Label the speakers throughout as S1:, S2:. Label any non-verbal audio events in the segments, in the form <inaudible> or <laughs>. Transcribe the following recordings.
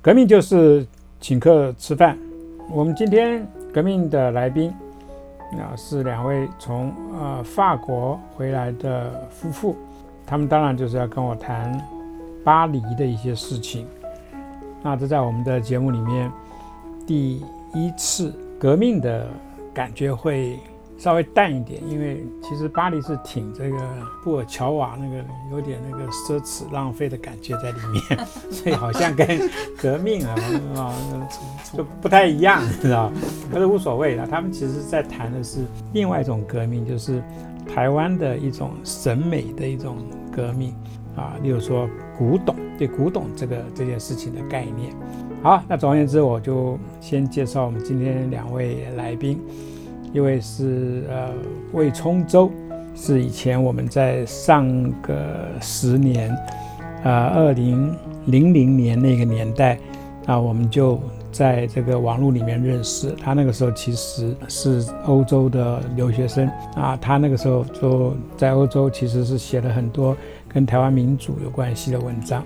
S1: 革命就是请客吃饭。我们今天革命的来宾啊、是两位从呃法国回来的夫妇，他们当然就是要跟我谈巴黎的一些事情。那这在我们的节目里面第一次革命的感觉会稍微淡一点，因为其实巴黎是挺这个布尔乔瓦那个有点那个奢侈浪费的感觉在里面， <laughs> 所以好像跟革命啊啊就不太一样，你知道？可是无所谓了，他们其实在谈的是另外一种革命，啊就是台湾的一种审美的一种革命啊，例如说古董对古董这个这件事情的概念。好，那总而言之，我就先介绍我们今天两位来宾，一位是呃魏冲洲，是以前我们在上个十年，呃二零零零年那个年代啊，我们就在这个网络里面认识。他那个时候其实是欧洲的留学生啊，他那个时候就在欧洲其实是写了很多跟台湾民主有关系的文章。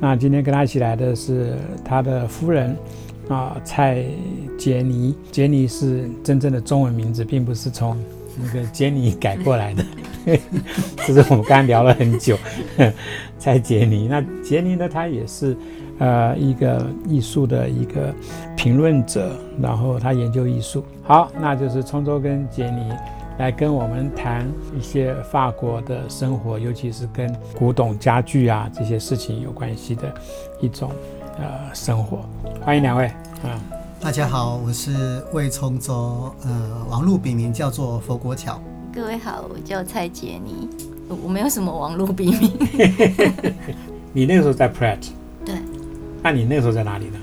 S1: 那今天跟他一起来的是他的夫人，啊、蔡杰尼。杰尼是真正的中文名字，并不是从那个杰尼改过来的。 <laughs> 这是我们刚刚聊了很久，蔡杰尼。那杰尼呢，他也是呃一个艺术的一个评论者，然后他研究艺术。好，那就是冲州跟杰尼。来跟我们谈一些法国的生活，尤其是跟古董家具啊这些事情有关系的一种呃生活。欢迎两位啊、
S2: 大家好，我是魏冲州，呃，网络笔名叫做佛国巧。
S3: 各位好，我叫蔡杰尼，我我没有什么网络笔名。
S1: 你那个时候在 Pratt，
S3: <laughs> 对，
S1: 那你那个时候在哪里呢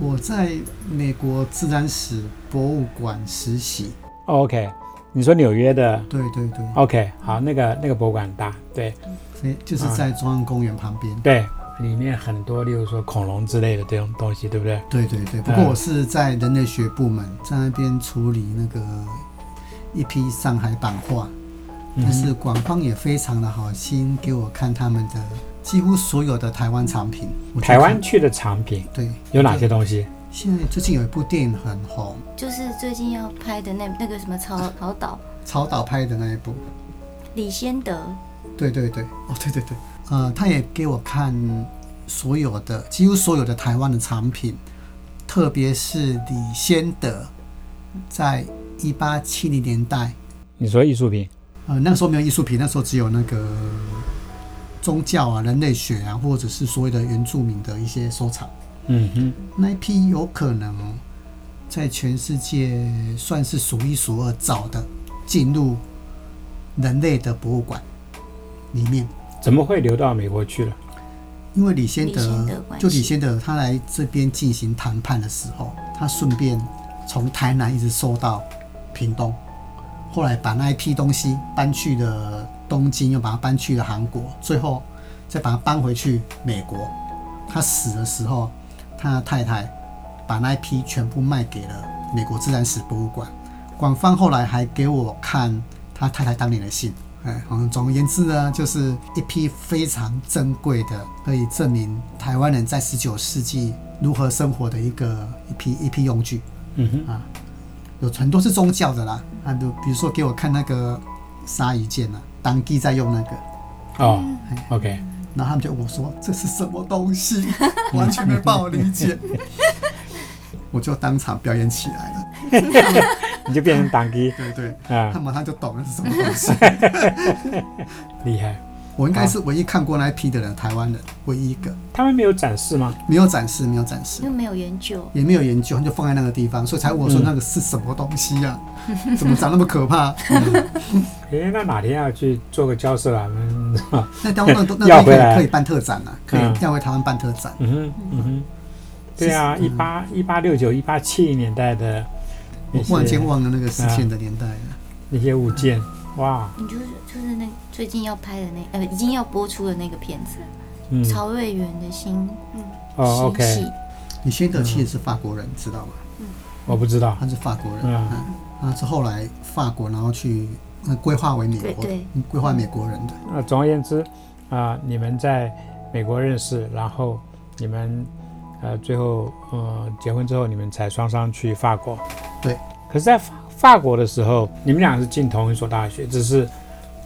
S2: 我在美国自然史博物馆实习。
S1: 哦？OK，你说纽约的
S2: 对对对，
S1: OK，好，那个那个博物馆很大，对
S2: 所以就是在中央公园旁边。
S1: 对，里面很多，例如说恐龙之类的这种东西，对不对？
S2: 对对对，不过我是在人类学部门，在那边处理那个一批上海版画，但是馆方也非常的好心，给我看他们的几乎所有的台湾产品。我去看
S1: 台湾去的藏品
S2: 对
S1: 有哪些？东西？
S2: 现在最近有一部电影很红，
S3: 就是最近要拍的那那个什么曹曹导
S2: 曹导拍的那一部。
S3: 李先德，
S2: 对对对，哦对对对，呃，他也给我看所有的几乎所有的台湾的产品，特别是李先德在一八七零年代，
S1: 你说艺术品？
S2: 呃，那时候没有艺术品，那时候只有那个宗教啊、人类学啊，或者是所谓的原住民的一些收藏。
S1: 嗯哼，
S2: 那一批有可能在全世界算是数一数二早的进入人类的博物馆里面。
S1: 怎么会流到美国去了？
S2: 因为李先
S3: 李先
S2: 德
S3: 德关系
S2: 就李先德他来这边进行谈判的时候，他顺便从台南一直收到屏东，后来把那一批东西搬去了东京，又把它搬去了韩国，最后再把它搬回去美国。他死的时候，他的太太把那一批全部卖给了美国自然史博物馆。馆方后来还给我看他太太当年的信。哎，嗯，总而言之呢，就是一批非常珍贵的，可以证明台湾人在十九世纪如何生活的一个一批一批用具。
S1: 嗯哼，
S2: 有很多是宗教的啦，啊，比如比如说给我看那个鲨鱼剑啊，当地在用那个，
S1: 哦，OK，
S2: 然后他们就问我说这是什么东西， <laughs> 完全没办法理 <laughs> 解，我就当场表演起来了。
S1: 你就变成党机
S2: 对对，他
S1: 啊，
S2: 马上就懂了是什么东西。
S1: 厉害。
S2: 我应该是唯一看过那一批的人，台湾人唯一一个，
S1: 他们没有展示吗？
S2: 没有展示，没有展示
S3: 因。为没有研究，
S2: 也没有研究，他就放在那个地方，所以才问我
S1: 嗯
S2: 说那个是什么东西呀、 <laughs> 怎么长那么可怕？ <laughs>
S1: 诶，那哪天要去做个交涉啊？嗯，是吧
S2: 那当
S1: <laughs>
S2: 那都那
S1: 要
S2: 都可
S1: 回来
S2: 以可以办特展啊，可以
S1: 嗯
S2: 要回台湾办特展。
S1: 嗯哼，嗯哼，对啊，一八一八六九、一八七零年代的
S2: 我
S1: 那
S2: 忽然间
S1: 些
S2: 忘了那个时间的年代了。
S1: 那些物件，哇，
S3: 你就是就是那最近要拍的那呃已经要播出的那个片子，
S1: 嗯，
S3: 曹瑞元的新
S1: 哦
S3: 新
S1: ，OK，
S3: 戏，
S2: 李先德其实是法国人，知道吗？
S1: 我不知道，
S2: 他是法国人，
S1: 嗯
S2: 嗯，他是后来法国，然后去呃规划为美国
S3: 对对，
S2: 嗯规划美国人的。
S1: 那总而言之，啊、你们在美国认识，然后你们呃，最后呃结婚之后你们才双双去法国。
S2: 对。
S1: 可是，在法法国的时候，你们俩是进同一所大学，只是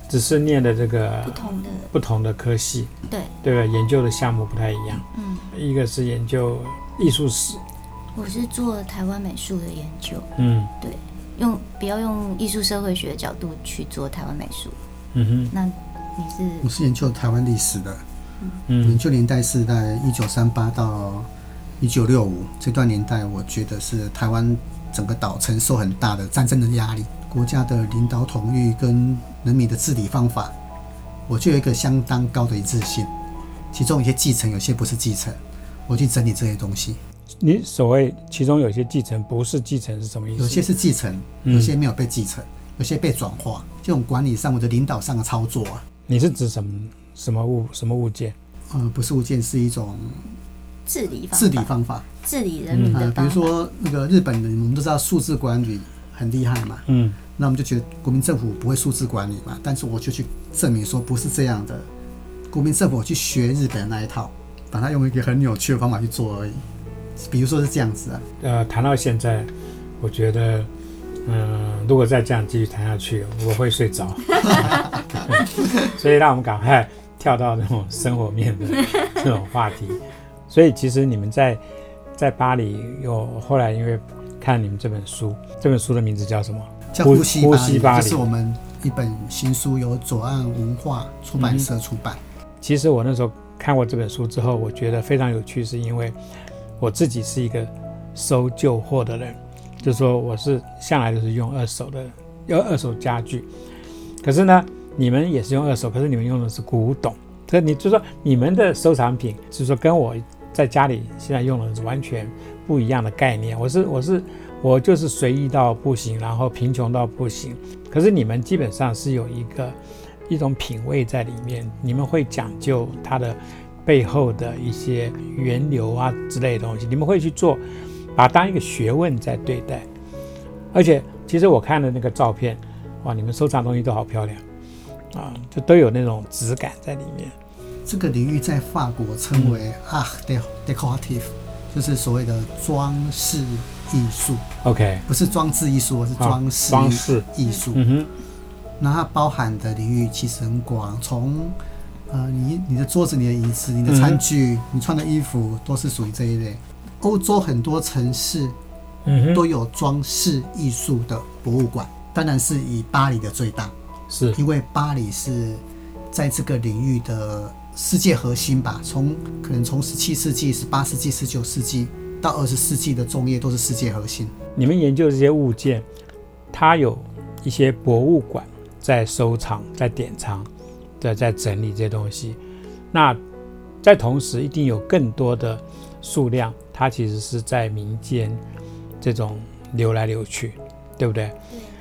S1: 只是念的这个
S3: 不同的，
S1: 不同的科系，
S3: 对
S1: 对吧？研究的项目不太一样，
S3: 嗯，
S1: 一个是研究艺术史，
S3: 我是做台湾美术的研究，
S1: 嗯
S3: 用不要用艺术社会学的角度去做台湾美术，
S1: 嗯
S3: 那你是
S2: 我是研究台湾历史的，
S1: 哼
S2: 研
S1: 嗯
S2: 究年代是在一九三八到一九六五这段年代，我觉得是台湾整个岛承受很大的战争的压力，国家的领导统御跟人民的治理方法，我就有一个相当高的一致性。其中有些继承，有些不是继承，我去整理这些东西。
S1: 你所谓其中有些继承不是继承是什么意思？
S2: 有些是继承，
S1: 嗯
S2: 有些没有被继承，有些被转化。这种管理上或者领导上的操作啊，
S1: 你是指什么什么物什么物件？
S2: 呃，不是物件，是一种
S3: 治理方法
S2: 治理方法。
S3: 治理人民
S2: 呃，
S3: 的
S2: 比
S3: 方
S2: 如
S3: 法，
S2: 说那个日本人，我们都知道数字管理很厉害嘛，
S1: 嗯
S2: 那我们就觉得国民政府不会数字管理嘛，但是我就去证明说不是这样的，国民政府去学日本那一套，把它用一个很扭曲的方法去做而已。比如说是这样子啊，
S1: 呃，谈到现在，我觉得，嗯、如果再这样继续谈下去，我会睡着。 <laughs> 所以让我们赶快跳到那种生活面的这种话题。所以其实你们在在巴黎有后来因为看你们这本书，这本书的名字叫什么？
S2: 叫
S1: 呼
S2: 呼吸
S1: 呼
S2: 巴
S1: 吸
S2: 黎，
S1: 巴黎
S2: 这是我们一本新书，由左岸文化出版社出版。
S1: 其实我那时候看过这本书之后，我觉得非常有趣，是因为我自己是一个收旧货的人，就是说我是向来都是用二手的，用二手家具。可是呢，你们也是用二手，可是你们用的是古董，所以你就说你们的收藏品，就是说跟我在家里现在用的是完全不一样的概念。我是我是我就是随意到不行，然后贫穷到不行。可是你们基本上是有一个一种品味在里面，你们会讲究它的背后的一些源流啊之类的东西，你们会去做，把它当一个学问在对待。而且，其实我看了那个照片，哇，你们收藏东西都好漂亮啊，就都有那种质感在里面。
S2: 这个领域在法国称为
S1: 嗯
S2: art deco- decorative，就是所谓的装饰艺术，
S1: OK，
S2: 不是装置艺术，而是
S1: 啊
S2: 装饰
S1: 装饰，
S2: 艺术。
S1: 嗯哼，
S2: 那它包含的领域其实很广，从呃你你的桌子、你的椅子、你的
S1: 嗯
S2: 餐具、你穿的衣服都是属于这一类。欧洲很多城市
S1: 嗯哼，
S2: 都有装饰艺术的博物馆，当然是以巴黎的最大，
S1: 是，
S2: 因为巴黎是在这个领域的世界核心吧。从可能从十七世纪、十八世纪、十九世纪到二十世纪的中叶都是世界核心。
S1: 你们研究这些物件，它有一些博物馆在收藏、在典藏、在在整理这些东西。那在同时，一定有更多的数量，它其实是在民间这种流来流去，对不对？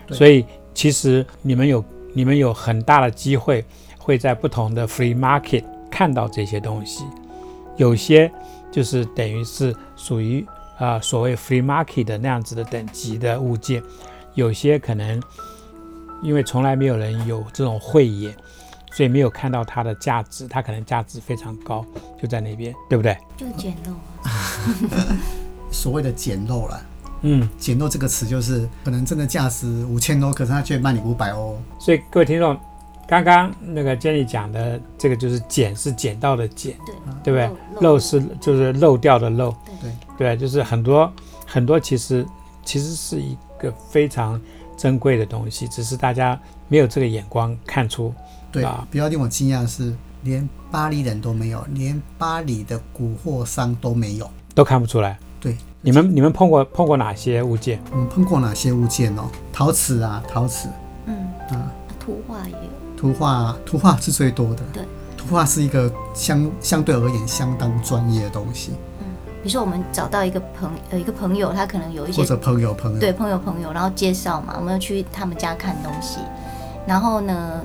S2: 对
S1: 所以其实你们有你们有很大的机会会在不同的 free market 看到这些东西，有些就是等于是属于啊、所谓 free market 的那样子的等级的物件，有些可能因为从来没有人有这种慧眼，所以没有看到它的价值，它可能价值非常高，就在那边，对不对？
S3: 就简陋啊，
S2: 所谓的简陋了。
S1: 嗯，
S2: 简陋这个词就是可能真的价值五千欧，可是他却卖你五百欧。
S1: 所以各位听众，刚刚那个 Jenny 讲的这个就是捡是捡到的捡，
S3: 对
S1: 对不对？
S3: 漏
S1: 漏是就是漏掉的漏，
S2: 对
S1: 对，就是很多很多其实其实是一个非常珍贵的东西，只是大家没有这个眼光看出。
S2: 对，
S1: 啊
S2: 比较令我惊讶的是，连巴黎人都没有，连巴黎的古货商都没有。
S1: 都看不出来。
S2: 对，
S1: 你们你们碰过碰过哪些物件？
S2: 我们碰过哪些物件哦？陶瓷啊，陶瓷，
S3: 嗯
S2: 啊，
S3: 图画也有，
S2: 图画啊，图画是最多的。
S3: 对，
S2: 图画是一个相相对而言相当专业的东西，
S3: 比如说我们找到一个朋有一个朋友，他可能有一些
S2: 或者嗯朋友朋友。
S3: 对，朋友朋友，然后介绍嘛，我们要去他们家看东西，然后呢，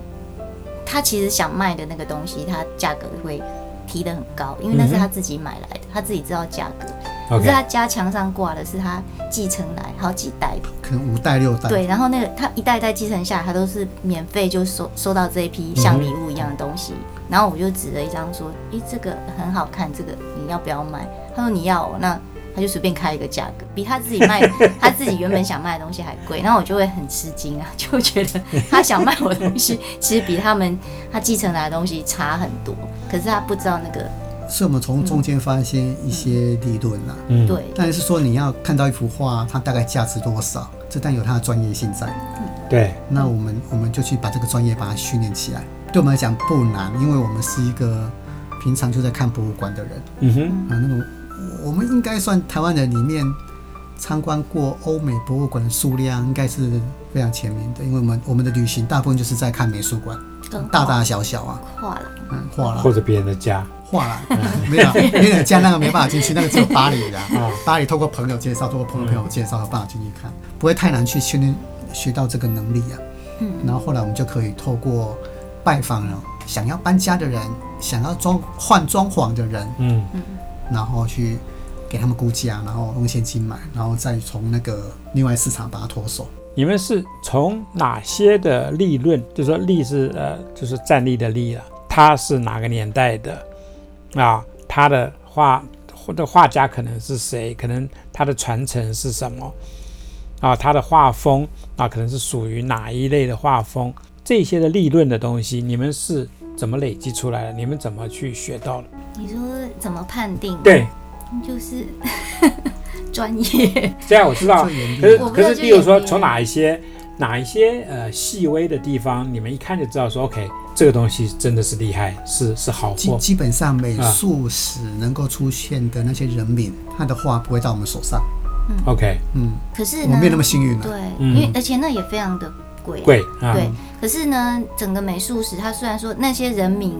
S3: 他其实想卖的那个
S2: 嗯
S3: 东西，他价格会提得很高，因为那是他自己买来的，他自己知道价格，可是
S4: OK，
S3: 他家墙上挂的是他继承来好几代的，
S2: 可能五代六代，
S3: 对，然后那个他一代一代继承下来，他都是免费就收收到这一批像礼物一样的东西。然后我就指了一张说：“诶，这个很好看，这个你要不要买？”他说：“你要、哦。”那他就随便开一个价格，比他自己
S2: <laughs>
S3: 卖他自己原本想卖的东西还贵。然后我就会很吃惊啊， <laughs> 就觉得他想卖我的东西，其实比他们他继承来的东西差很多。可是他不知道那个
S2: 所以我们从中间发现一些理论啊啦。
S4: 嗯，
S3: 对，
S2: 但是说你要看到一幅画，它大概价值多少，这但有它的专业性在。
S4: 对，
S2: 那我们我们就去把这个专业把它训练起来。对我们来讲不难，因为我们是一个平常就在看博物馆的人
S4: 嗯哼，
S2: 啊。那个我们应该算台湾人里面参观过欧美博物馆的数量应该是非常前面的，因为我们我们的旅行大部分就是在看美术馆，嗯
S3: 更
S2: 大大小小啊，
S3: 跨了。
S2: 嗯，画廊
S4: 或者别人的家，
S2: 画廊
S3: 嗯
S2: 没
S3: <laughs>
S2: 有没有加那个没办法进去，那个只有巴黎的、啊，
S3: 哦
S2: 巴黎透过朋友介绍，透过朋友朋友介绍有办法进去看，不会太难去训练学到这个能力啊。
S3: 嗯，
S2: 然后后来我们就可以透过拜访了想要搬家的人，想要装换装潢的人，
S4: 嗯，
S2: 然后去给他们估价，然后用现金买，然后再从那个另外市场把它脱手。
S1: 你们是从哪些的利润？就是说利是呃，就是战力的利了，他是哪个年代的啊？他的画或者画家可能是谁？可能他的传承是什么？啊，他的画风啊，可能是属于哪一类的画风？这些的利润的东西，你们是怎么累积出来的？你们怎么去学到的？
S3: 你说怎么判定？
S1: 对，
S3: 就是 <laughs> 专业。
S1: 这样我知道
S2: 最。严厉
S1: 可是
S2: 的
S3: 我不知道
S1: 可是，
S3: 这
S1: 比
S3: 个
S1: 如说
S3: 原因
S1: 从哪一些哪一些呃细微的地方，你们一看就知道说，OK，这个东西真的是厉害，是是好
S2: 基
S3: 哦
S1: 货。
S2: 基本上美术史能够出现的那些人名，他的画不会到我们手上。
S1: OK，
S2: 嗯，
S3: 可是
S2: 我
S3: 呢，
S2: 们没有那么幸运啊。
S3: 对，
S1: 嗯
S3: 因为而且那也非常的贵、啊。
S1: 贵啊，
S3: 对，可是呢，整个美术史，它虽然说那些人名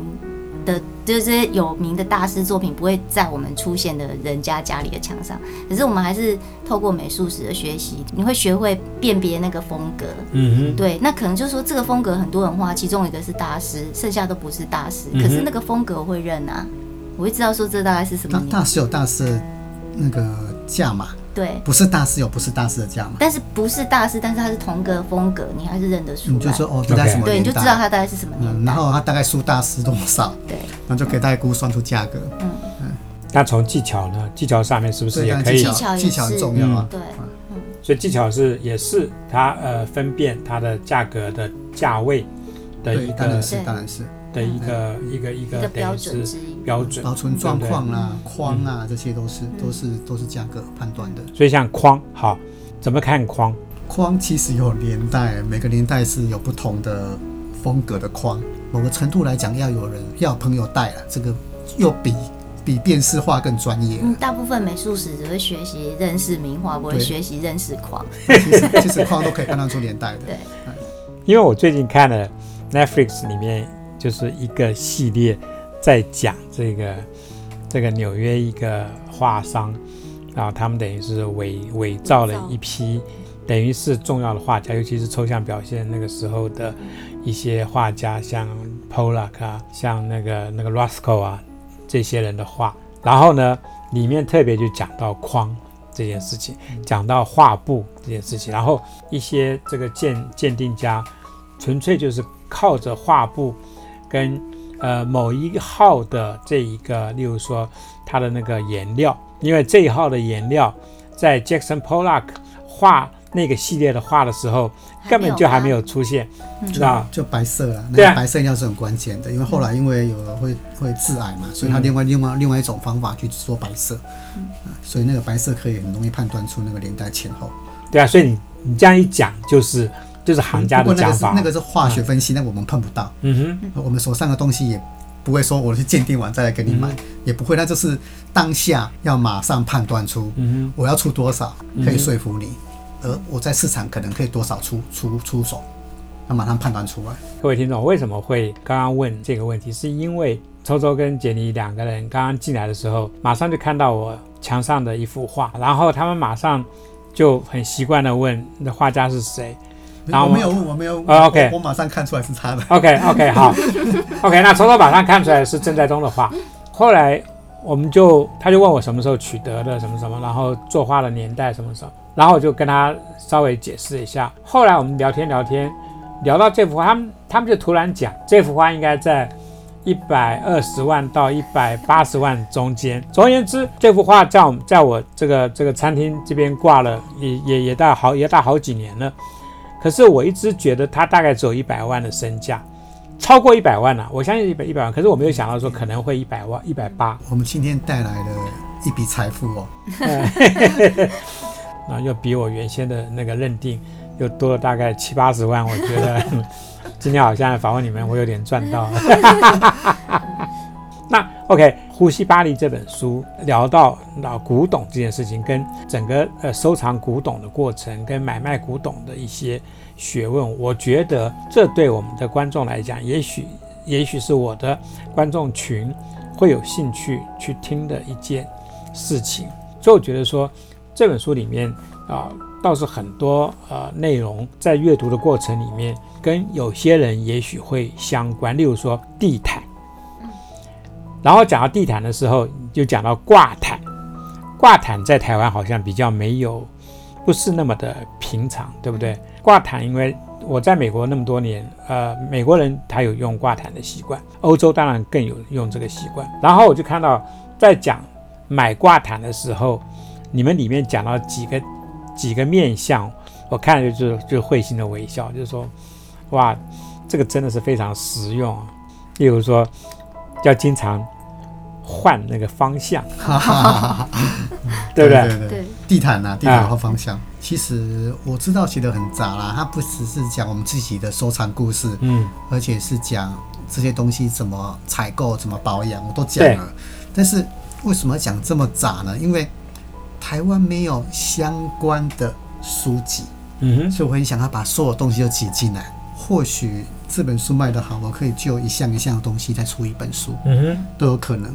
S3: 的，就是这些有名的大师作品不会在我们出现的人家家里的墙上，可是我们还是透过美术史的学习，你会学会辨别那个风格。
S1: 嗯
S3: 对，那可能就是说这个风格很多人画，其中一个是大师，剩下都不是大师。
S1: 嗯哼
S3: 可是那个风格我会认啊，我会知道说这大概是什么
S2: 大
S3: 年。
S2: 大师有大师的那个价码，
S3: 对，
S2: 不是大师有不是大师的价码，
S3: 但是不是大师，但是他是同个风格，你还是认得出来。
S2: 你就说哦，大概什么
S3: 对，
S2: 年
S3: 你就知道
S2: 代，
S3: 他大概是什么
S2: 嗯，
S3: 年代。
S2: 然后他大概输大师多少，
S3: 对，
S2: 然后就可以大概估算出价格。
S3: 嗯
S1: 哼，那从技巧呢？技巧上面是不是
S2: 对，
S1: 也
S2: 当然
S1: 可以嗯
S2: 技？
S3: 技巧
S2: 巧
S3: 也
S2: 技巧很
S3: 是
S2: 重要啊。
S3: 对，
S1: 所以技巧是也是它呃分辨它的价格的价位的一，
S2: 对当然
S1: 个
S2: 是
S3: 对
S2: 当然是，
S1: 的一个一个一
S3: 一个
S1: 个
S3: 标
S1: 等于
S3: 准
S1: 是
S3: 之一。
S1: 标准。
S2: 保存状况啊、
S3: 对嗯
S2: 框
S1: 嗯
S2: 啊，这些都是都是都是价格判断的。
S1: 所以像框好，怎么看框？
S2: 框其实有年代，每个年代是有不同的风格的框。某个程度来讲，要有人要有朋友带了，这个又比比辨识化更专业了。啊
S3: 嗯，大部分美术史只会学习认识名画，不会
S2: 对
S3: 学习认识框。
S2: 其实 <laughs> 其实框都可以判断出年代的。
S3: 对，
S1: 因为我最近看了 Netflix 里面就是一个系列，在讲这个这个纽约一个画商，然后他们等于是伪伪造了一批，等于是重要的画家，尤其是抽象表现那个时候的一些画家，像 Pollock 啊，像那个那个 Roscoe 啊这些人的画。然后呢，里面特别就讲到框这件事情，
S2: 嗯
S1: 讲到画布这件事情，然后一些这个鉴鉴定家，纯粹就是靠着画布跟呃某一号的这一个，例如说它的那个颜料，因为这一号的颜料在 Jackson Pollock 画那个系列的画的时候，根本就还没有出现，
S2: 嗯
S1: 知道吧？
S2: 就白色了，那
S1: 对啊
S2: 个白色要是很关键的，因为后来因为有人会会致癌嘛，所以他另外
S1: 嗯
S2: 另外另外一种方法去做白色，啊所以那个白色可以很容易判断出那个年代前后。
S1: 对啊，所以你你这样一讲，就是就是行家
S2: 嗯不
S1: 的
S2: 过那
S1: 讲
S2: 个是
S1: 法，
S2: 那个是化学分析，那我们碰不到，
S1: 嗯哼。
S2: 我们手上的东西也不会说我去鉴定完再来给你买，
S1: 嗯
S2: 也不会，那就是当下要马上判断出
S1: 嗯
S2: 我要出多少可
S1: 嗯
S2: 以说服你，而我在市场可能可以多少出出出手，要马上判断出来。
S1: 各位听众，为什么会刚刚问这个问题？是因为周周跟杰尼两个人刚刚进来的时候，马上就看到我墙上的一幅画，然后他们马上就很习惯的问那画家是谁。然后
S2: 我没有问，我没有问、
S1: 啊，OK
S2: 我我马上看出来是
S1: <laughs>
S2: 他的。
S1: OK OK 好，OK 那周周马上看出来是郑在东的画。后来我们就他就问我什么时候取得的，什么什么，然后作画的年代什么什么，然后我就跟他稍微解释一下。后来我们聊天聊天，聊到这幅画，他们他们就突然讲这幅画应该在一百二十万到一百八十万中间。总而言之，这幅画在我们在我这个这个餐厅这边挂了也也也大好也大好几年了，可是我一直觉得它大概只有一百万的身价。超过一百万了、啊我相信一百一百万，可是我没有想到说可能会一百万、一百八，
S2: 我们今天带来了一笔财富哦，
S1: 啊，又比我原先的那个认定又多了大概七八十万，我觉得今天好像访问你们，我有点赚到了。那 OK，《呼吸巴黎》这本书聊到老古董这件事情，跟整个呃收藏古董的过程，跟买卖古董的一些学问，我觉得这对我们的观众来讲，也许也许是我的观众群会有兴趣去听的一件事情。所以我觉得说这本书里面啊、倒是很多呃内容在阅读的过程里面，跟有些人也许会相关。例如说地毯，然后讲到地毯的时候，就讲到挂毯。挂毯在台湾好像比较没有，不是那么的平常，对不对？挂毯，因为我在美国那么多年，呃，美国人他有用挂毯的习惯，欧洲当然更有用这个习惯。然后我就看到在讲买挂毯的时候，你们里面讲到几个几个面相，我看了就就会心的微笑，就是说，哇，这个真的是非常实用啊。例如说，要经常换那个方向，
S2: 哈哈哈哈
S1: <laughs> 对不对？
S2: 对
S3: 对，
S2: 地毯啊，地毯和方向。其实我知道写的很杂啦，它不只是讲我们自己的收藏故事，
S1: 嗯，
S2: 而且是讲这些东西怎么采购、怎么保养，我都讲了。但是为什么讲这么杂呢？因为台湾没有相关的书籍，
S1: 嗯哼，
S2: 所以我很想要把所有东西都挤进来。或许这本书卖得好，我可以就一项一项的东西再出一本书，
S1: 嗯
S2: 都有可能。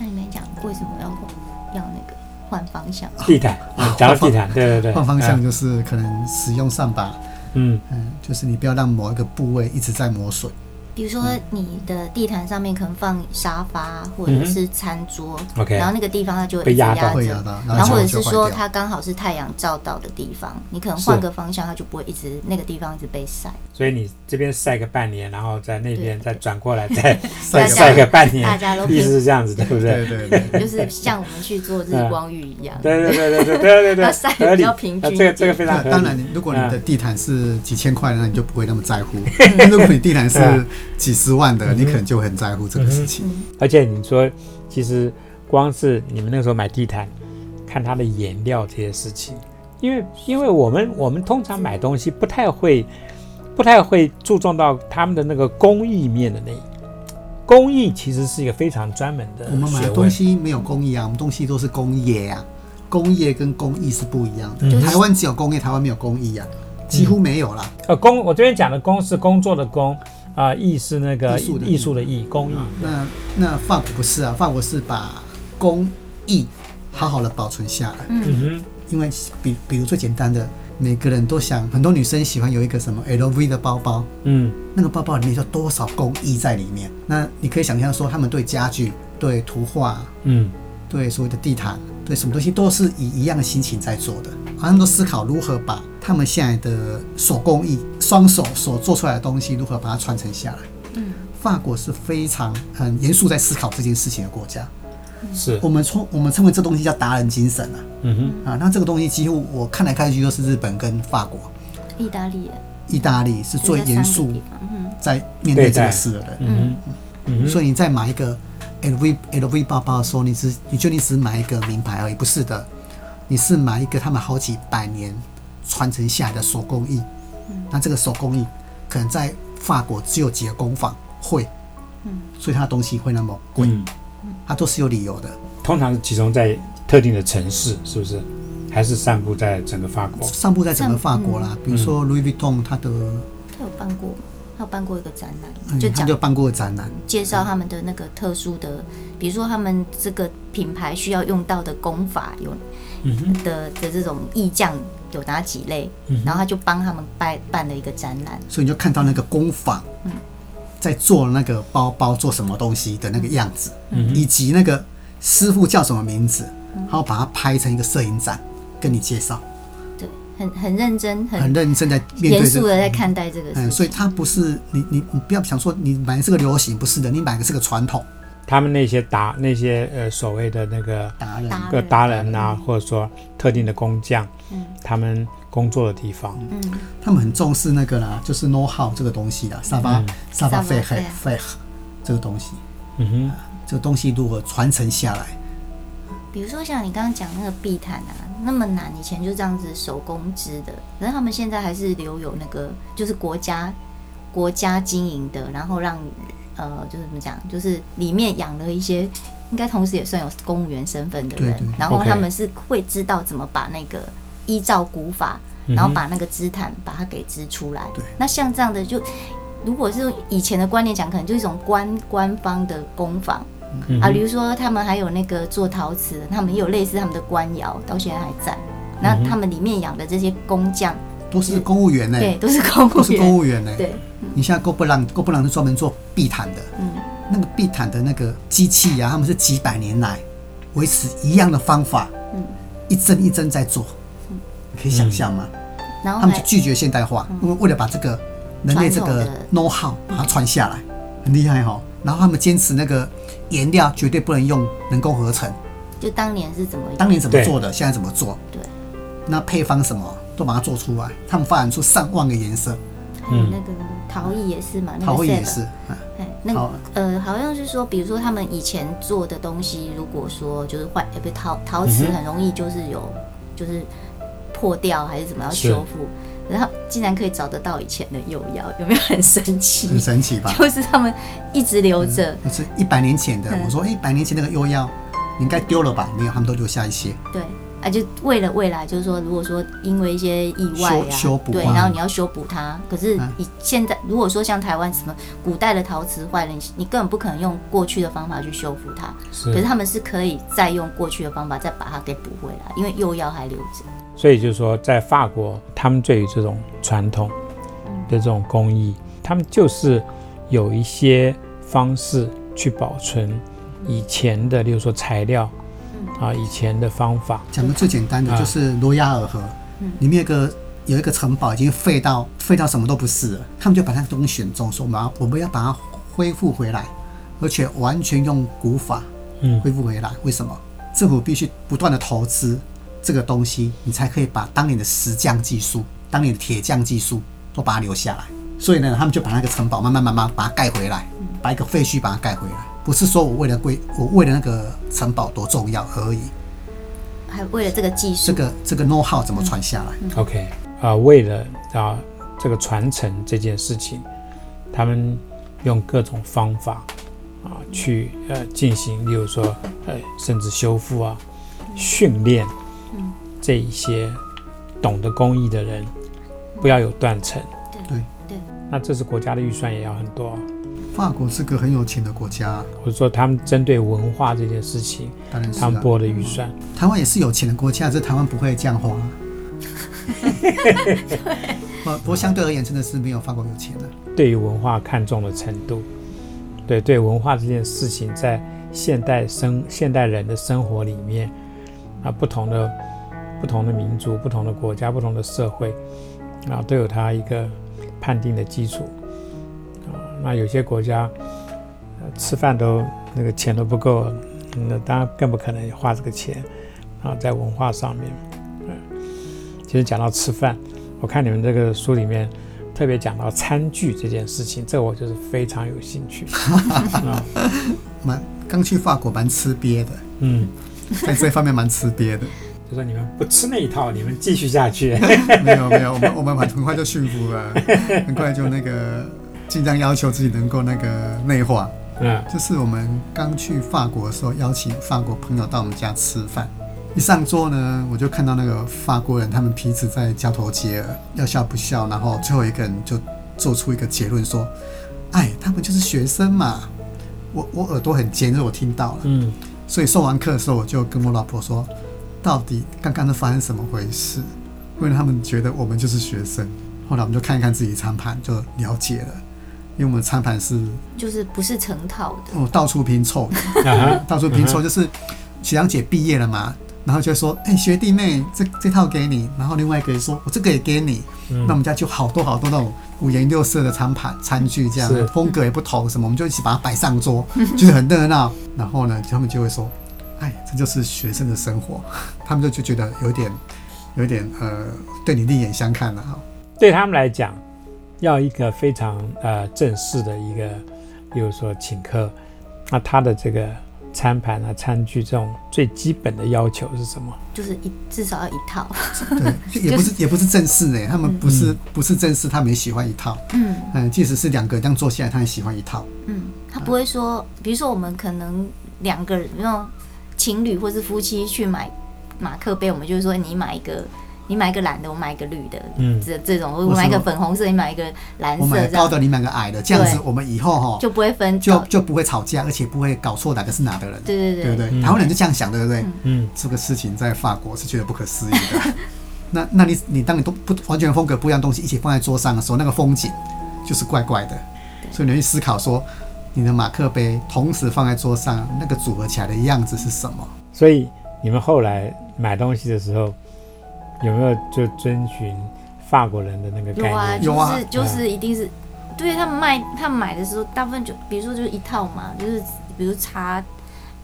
S3: 那你没讲为什么要要那个换方向？
S1: 哼，地毯，嗯讲到地毯，对对对，
S2: 换方向就是可能使用上吧，
S1: 嗯，
S2: 嗯，就是你不要让某一个部位一直在磨损。
S3: 比如说你的地毯上面可能放沙发或
S1: 嗯
S3: 者
S1: 哼
S3: 是餐桌，
S1: OK
S3: 然后那个地方它就会
S1: 被
S3: 一直
S1: 压
S3: 压
S1: 到
S2: 会压到
S3: 着，
S2: 然后
S3: 然后或者
S2: 就是坏
S3: 说
S2: 掉
S3: 它刚好是太阳照到的地方，你可能
S1: 是
S3: 换个方向，它就不会一直那个地方一直被晒。
S1: 所以你这边晒个半年，然后在那边
S3: 对
S1: 再转过来
S2: <laughs>
S1: 再再
S3: 大家
S1: 晒个半年
S3: 大家都，
S1: 意思是这样子，对不对？
S2: 对对， <laughs> 啊
S3: 就是像我们去做日光浴一样，
S1: 对对对对对对对
S3: <laughs>
S1: 对，
S3: 要晒得
S1: 合理
S3: 比较平均
S1: 啊这个
S3: 一点
S1: 这个非常合
S2: 那
S1: 理。
S2: 当然，如果你的地毯是几千块的，那你就不会那么
S1: <laughs>
S2: 在乎；但如果你地毯是几十万的，你可能就会很在乎这个事情。
S1: 而且你说，其实光是你们那个时候买地毯，看它的颜料这些事情，因为因为我们我们通常买东西不太会，不太会注重到他们的那个工艺面的那一。工艺其实是一个非常专门的
S2: 我们买
S1: 学
S2: 的
S1: 问
S2: 东，西没有工艺啊，我们东西都是工业啊，工业跟工艺是不一样的。
S1: 嗯
S2: 台湾只有工业，台湾没有工艺啊，几乎没有啦。
S1: 呃，工我这边讲的工是工作的工，啊、艺是那个
S2: 艺术的艺嗯
S1: 艺术的艺，工艺。
S2: 那那法国不是啊，法国是把工艺好好的保存下来。
S1: 嗯
S2: 因为比比如最简单的，每个人都想，很多女生喜欢有一个什么 LV 的包包，
S1: 哼，嗯
S2: 那个包包里面有多少工艺在里面？那你可以想象说，他们对家具、对图画、
S1: 嗯，
S2: 对所谓的地毯、对什么东西，都是以一样的心情在做的，好像都思考如何把他们现在的手工艺、双手所做出来的东西，如何把它传承下来。
S3: 嗯，
S2: 法国是非常很严肃在思考这件事情的国家，
S1: 是，
S2: 我们称我们称为这东西叫达人精神啊。
S1: 嗯哼，
S2: 啊，那这个东西几乎我看来看去都是日本跟法国、
S3: 意大利人
S2: 意大利是最
S3: 就这
S2: 严
S3: 三个
S2: 肃
S3: 地方嗯，
S2: 在面对这个事的人。
S1: 嗯哼，嗯哼，
S2: 所以你在买一个 LV LV 包包的时候，你只你觉得你只买一个名牌而已，不是的，你是买一个他们好几百年传承下来的手工艺。
S3: 嗯
S2: 那这个手工艺可能在法国只有几个工坊会，
S3: 嗯
S2: 所以它的东西会那么贵，
S1: 嗯，
S2: 它都是有理由的。
S1: 通常是集中在特定的城市，是不是？还是散布在整个法国？
S2: 散布在整个法国
S3: 嗯
S2: 啦，比如
S1: 嗯
S2: 说 Louis Vuitton 它的，
S3: 他有办过吗，他有办过一个展览，
S2: 嗯
S3: 就
S2: 它
S3: 讲
S2: 就办过展览，
S3: 介绍他们的那个特殊的，比如说他们这个品牌需要用到的工法有
S1: 嗯哼，
S3: 的的这种意匠有哪几类，
S2: 嗯
S3: 然后他就帮他们办办了一个展览。
S2: 所以你就看到那个工坊
S3: 嗯嗯
S2: 在做那个包包做什么东西的那个样子，以及那个师傅叫什么名字，然后把它拍成一个摄影展，跟你介绍，
S3: 对，很很认真，
S2: 很
S3: 很
S2: 认真在面
S3: 严
S2: 对这
S3: 肃
S2: 个。
S3: 的在看待这个事
S2: 嗯，所
S3: 情。
S2: 以它不是你你你不要想说你买的是个流行，不是的，你买的是个传统
S1: 他们那些达那些呃所谓的那个
S2: 达人。
S3: 达
S1: 个
S3: 人
S1: 达人呐、或者说特定的工匠，
S3: 嗯
S1: 他们工作的地方，
S3: 嗯，
S2: 他们很重视那个啦，就是 know how 这个东西啦，沙发、
S3: 嗯
S2: 沙发费
S3: Savoir-faire
S2: 费费这个东西，
S1: 嗯
S2: 这个东西如何传承下来？
S3: 比如说像你刚刚讲那个地毯啊，那么难，以前就这样子手工织的，可是他们现在还是留有那个，就是国家国家经营的，然后让呃，就是怎么讲，就是里面养了一些，应该同时也算有公务员身份的人，
S2: 对对
S3: 然后
S1: OK
S3: 他们是会知道怎么把那个依照古法，
S1: 哼，
S3: 然后把那个织毯把它给织出来。
S2: 嗯对
S3: 那像这样的就，如果是用以前的观念讲，可能就是一种官官方的工坊。
S1: 嗯哼
S3: 啊，比如说他们还有那个做陶瓷的，他们也有类似他们的官窑，到现在还在。那
S2: 嗯
S3: 他们里面养的这些工匠，
S2: 都是公务员呢、欸
S3: 对，都是公
S2: 哎都
S3: 务
S2: 是公
S3: 员，
S2: 务员呢、欸
S3: 对，
S2: 你现在够不朗，够不朗是专门做地毯的，
S3: 嗯，
S2: 那个地毯的那个机器呀、啊，他们是几百年来维持一样的方法，
S3: 嗯，
S2: 一针一针在做，你可以想象吗？
S3: 嗯然后
S2: 他们就
S3: 还
S2: 拒绝现代化，因为为了把这个人类这个
S3: 嗯传统的
S2: know how 把它传下来，很厉害哈、哦。然后他们坚持那个颜料绝对不能用人工合成，
S3: 就当年是怎么
S2: 当年怎么
S1: 对
S2: 做的，现在怎么做，
S3: 对，
S2: 那配方什么都把它做出来，他们发展出上万个颜色，
S3: 还有那个陶艺也是嘛，那个
S2: 嗯陶艺
S3: set
S2: 也是，嗯
S3: 哎，那
S2: 好
S3: 个呃，好像是说，比如说他们以前做的东西，如果说就是坏，呃，不是陶陶瓷
S1: 嗯哼
S3: 很容易就是有、就是破掉还是怎么要
S1: 是
S3: 修复，然后竟然可以找得到以前的釉窑，有没有很神奇？
S2: 很神奇吧？
S3: <laughs> 就是他们一直留着，
S2: 就是一百年前的，
S3: 嗯
S2: 我说一百年前那个又要，你应该丢了吧？没有，他们都留下一些。
S3: 对。啊，就为了未来，就是说，如果说因为一些意外
S2: 修
S3: 啊，
S2: 修补啊
S3: 对，然后你要修补它。可是
S2: 嗯
S3: 你现在，如果说像台湾什么古代的陶瓷坏了，你你根本不可能用过去的方法去修复它。
S2: 嗯
S3: 可是
S1: 是，
S3: 他们是可以再用过去的方法再把它给补回来，因为幼药还留着。
S1: 所以就是说，在法国，他们对于这种传统的这种工艺，他们就是有一些方式去保存以前的，例如说材料啊，以前的方法，
S2: 讲个最简单的
S1: 啊
S2: 就是罗亚尔河，里面有个有一个城堡已经废到废到什么都不是了，他们就把那个东西选中，说我们要我们要把它恢复回来，而且完全用古法
S1: 嗯
S2: 恢复回来。为什么？政府必须不断的投资这个东西，你才可以把当年的石匠技术、当年的铁匠技术都把它留下来。所以呢，他们就把那个城堡慢慢慢慢把它盖回来，把一个废墟把它盖回来。不是说我为了归我为了那个城堡多重要而已，
S3: 还为了这个技术，
S2: 这个这个 know how 怎么传下来？
S1: OK，啊、为了啊这个传承这件事情，他们用各种方法啊去呃进行，例如说呃甚至修复啊、训练，这一些懂得工艺的人不要有断层。
S2: 对
S3: 对，
S1: 那这是国家的预算也要很多啊，
S2: 法国是个很有钱的国家，
S1: 或者说他们针对文化这件事情，
S2: 当然是、
S1: 他们
S2: 啊。
S1: 拨的预算。
S2: 台湾也是有钱的国家，只是台湾不会这样花。不不过相对而言，真的是没有法国有钱了、
S1: 对于文化看重的程度，对对文化这件事情，在现代生现代人的生活里面，啊，不同的不同的民族、不同的国家、不同的社会，啊，都有它一个判定的基础。啊，那有些国家、呃吃饭都那个钱都不够，那当然更不可能花这个钱啊，在文化上面。嗯，其实讲到吃饭，我看你们这个书里面。特别讲到餐具这件事情，这我就是非常有兴趣。啊
S2: 蛮刚去法国蛮吃瘪的，
S1: 嗯，
S2: 在这方面蛮吃瘪的。
S1: 就说你们不吃那一套，你们继续下去。
S2: 没有没有，我们我们很很快就驯服了，很快就那个尽量要求自己能够那个内化。
S1: 嗯
S2: 就是我们刚去法国的时候，邀请法国朋友到我们家吃饭。一上桌呢，我就看到那个法国人，他们彼此在交头接耳，要笑不笑。然后最后一个人就做出一个结论说：“哎，他们就是学生嘛。我”我耳朵很尖，这我听到了。
S1: 嗯
S2: 所以上完课的时候，我就跟我老婆说：“到底刚刚是发生什么回事？”因为他们觉得我们就是学生。后来我们就看一看自己餐盘，就了解了。因为我们餐盘是
S3: 就是不是成套的，
S2: 哦到处拼凑的，
S1: 啊
S2: 到处拼凑，就是学长姐毕业了嘛，然后就会说，哎、学弟妹，这这套给你，然后另外一个人说，我这个也给你，
S1: 嗯
S2: 那我们家就好多好多那种五颜六色的餐盘餐具，这
S1: 是
S2: 样风格也不同，什么我们就一起把它摆上桌，就是很热闹。然后呢，他们就会说，哎，这就是学生的生活， <laughs> 他们就就觉得有点有点呃，对你另眼相看了哈。啊
S1: 对他们来讲，要一个非常呃正式的一个，比如说请客，那他的这个餐盘啊、餐具这种最基本的要求是什么？
S3: 就是一至少要一套。
S2: 对，也不是也不是正式的，他们不是不是正式，他们也喜欢一套。
S3: 嗯
S2: 嗯，即使是两个这样坐下来，他也喜欢一套。
S3: <laughs> 嗯，他不会说，比如说我们可能两个人那种情侣或是夫妻去买马克杯，我们就会说你买一个。你买一个蓝的，我买一个绿的，
S1: 嗯
S3: 这这种，我买一个粉红色，你买一个蓝
S2: 我
S3: 色，
S2: 买
S3: 这
S2: 高
S3: 样
S2: 的，你买个矮的，这样子我们以后哈
S3: 就不会分
S2: 就
S3: 到。
S2: 就不会吵架，而且不会搞错哪个是哪个人，
S3: 对对
S2: 对不对？
S1: 嗯
S2: 台湾人就这样想，对不对？
S3: 嗯
S1: 嗯，
S2: 这个事情在法国是觉得不可思议的。 <laughs> 那那你你当你都不完全风格不一样的东西一起放在桌上的时候，那个风景就是怪怪的，所以你要去思考说，你的马克杯同时放在桌上，那个组合起来的样子是什么？
S1: 所以你们后来买东西的时候，有没有就遵循法国人的那个概
S3: 有啊，
S1: 念？嗯
S3: 就
S2: 有啊
S3: 是就是一定是，对他们卖他们买的时候，大部分就比如说就是一套嘛，就是比如叉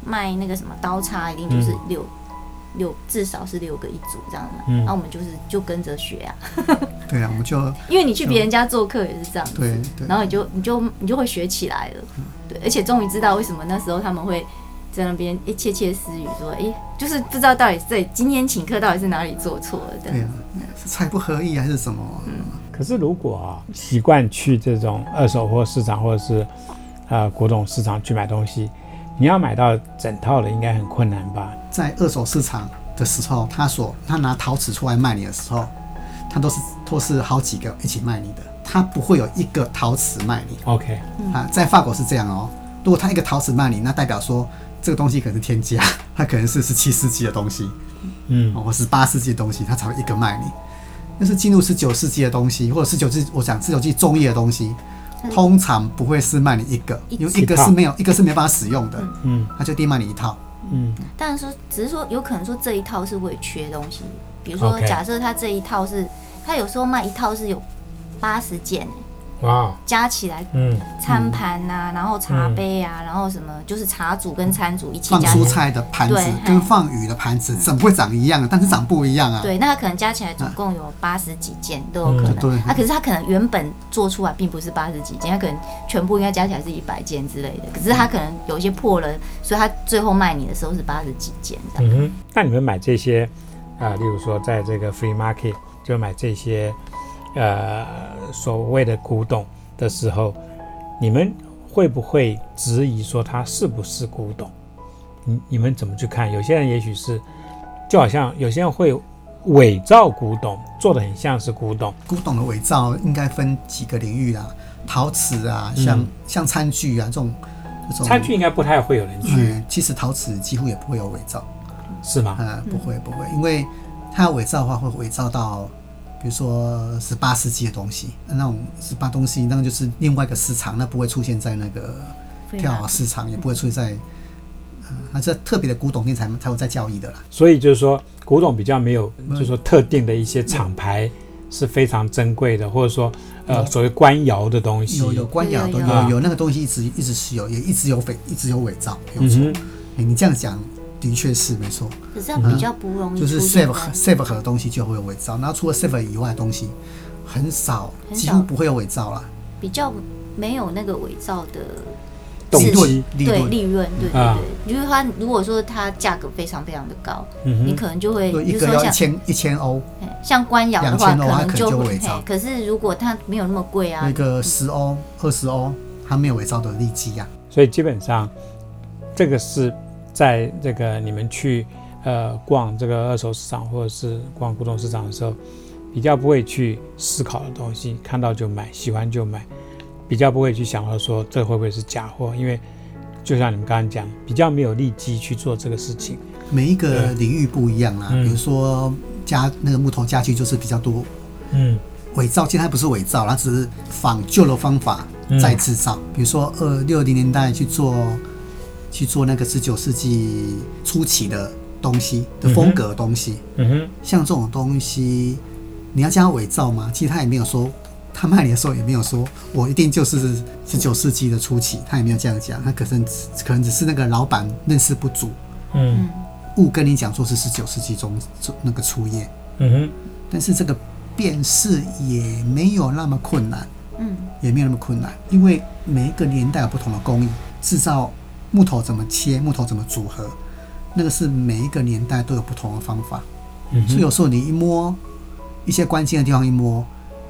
S3: 卖那个什么刀叉，一定就是
S1: 嗯
S3: 六六至少是六个一组这样嘛，
S1: 嗯
S3: 然后我们就是就跟着学啊， <laughs>
S2: 对啊，我们就
S3: 因为你去别人家做客也是这样子，
S2: 对对嗯
S3: 然后你就你就你就会学起来了，对，而且终于知道为什么那时候他们会在那边一窃窃私语说，哎，就是不知道到底这今天请客到底是哪里做错了这
S2: 对
S3: 样
S2: 啊是
S3: 子，，
S2: 菜不合意还是什么？
S1: 可是如果啊，习惯去这种二手货市场或者是呃古董市场去买东西，你要买到整套的应该很困难吧？
S2: 在二手市场的时候，他所他拿陶瓷出来卖你的时候，他都是都是好几个一起卖你的，他不会有一个陶瓷卖你。
S1: OK，
S2: 啊，在法国是这样哦。如果他一个陶瓷卖你，那代表说这个东西可能是天价，它可能是十七世纪的东西，
S1: 嗯
S2: 哦，或十八世纪的东西，它才会一个卖你。但是进入十九世纪的东西，或者十九世，我讲十九世纪中叶的东西，
S1: 嗯
S2: 通常不会是卖你一个，因为一个是没有，一个是没办法使用的，
S1: 嗯
S2: 它就一定卖你一套。
S1: 嗯
S3: 当然说，只是说有可能说这一套是为缺东西，比如说
S1: OK
S3: 假设他这一套是，他有时候卖一套是有八十件欸，
S1: 哇，
S3: 加起来
S1: 嗯
S3: 餐盘
S2: 嗯
S3: 呐、然后茶杯啊，然后什么就是茶组跟餐组一起
S2: 放
S3: 加
S2: 蔬
S3: 起来，
S2: 菜的盘子
S3: 对嗯
S2: 跟放鱼的盘子怎么会长一样啊？但是长不一样啊。
S3: 对，那他可能加起来总共有八十几件都有可
S2: 嗯对
S3: 能。啊，可是他可能原本做出来并不是八十几件，他可能全部应该加起来是一百件之类的，可是他可能有一些破了，所以他最后卖你的时候是八十几件这
S1: 嗯
S3: 样。
S1: 哼，那你们买这些啊、例如说在这个 free market 就买这些呃所谓的古董的时候，你们会不会质疑说它是不是古董？你你们怎么去看？有些人也许是，就好像有些人会伪造古董，做的很像是古董，
S2: 古董的伪造应该分几个领域啦，陶瓷啊，像、像餐具啊这种，这
S1: 嗯
S2: 种
S1: 餐具应该不太会有人去，
S2: 嗯，其实陶瓷几乎也不会有伪造，
S1: 是吗？
S2: 啊，不
S3: 嗯
S2: 会不会，因为它要伪造的话会伪造到，比如说十八世纪的东西，那种十八东西，那就是另外一个市场，那不会出现在那个
S3: 啊
S2: 跳啊蚤市场，也不会出现在，
S3: 嗯
S2: 呃，它是特别的古董店才才有在交易的啦。
S1: 所以就是说，古董比较没有，就是说特定的一些厂牌是非常珍贵的，或者说呃所谓官窑的东西。
S2: 有有官窑都
S3: 有
S2: 有
S3: 有
S1: 有
S2: 有那个东西一直一直是有，也一直有伪一直有伪造，没有错。
S1: 嗯哼
S2: 哎你这样讲的确是没错，
S3: 可是他比较不容
S2: 嗯
S3: 易
S2: 就
S3: 出
S2: 是 save
S3: 现在。
S2: 和 save 和的东西就会有伪造，然后除了 save 以外的东西很少，
S3: 很
S2: 几
S3: 少
S2: 乎不会有伪造啦。
S3: 比较没有那个伪造的
S1: 动
S3: 自
S1: 机
S2: 利
S3: 对
S2: 润
S3: 利润，对对对，
S1: 啊
S3: 就是它如果说它价格非常非常的高，
S1: 嗯
S3: 你
S1: 哼，
S3: 可能就会，
S2: 就
S3: 比
S2: 一
S3: 如
S2: 个
S3: 说
S2: 要一
S3: 像
S2: 千一千欧，
S3: 哎像官窑的话，
S2: 2000的话
S3: 能
S2: 可能就
S3: 会
S2: 伪造
S3: 嘿可是如果它没有那么贵啊
S2: 那，个十欧、二十欧，它没有伪造的利基啊呀、
S1: 所以基本上这个是在这个你们去呃逛这个二手市场或者是逛古董市场的时候，比较不会去思考的东西，看到就买，喜欢就买，比较不会去想到说这会不会是假货，因为就像你们刚刚讲，比较没有利基去做这个事情。
S2: 每一个领域不一样啦，啊
S1: 嗯
S2: 比如说家那个木头家具就是比较多
S1: 嗯
S2: 伪造，其实它不是伪造，它只是仿旧的方法再制造。比如说二六零年代去做去做那个十九世纪初期的东西的风格的东西，
S1: 嗯哼，
S2: 像这种东西，你要叫它伪造吗？其实他也没有说，他卖你的时候也没有说我一定就是十九世纪的初期，他也没有这样讲，他可能可能只是那个老板认识不足，
S1: 嗯
S2: 误跟你讲说是十九世纪中中那个初叶，
S1: 嗯哼，
S2: 但是这个辨识也没有那么困难，
S3: 嗯
S2: 也没有那么困难，因为每一个年代有不同的工艺，制造木头怎么切，木头怎么组合，那个是每一个年代都有不同的方法。
S1: 嗯
S2: 所以
S1: 哼，
S2: 有时候你一摸一些关键的地方一摸，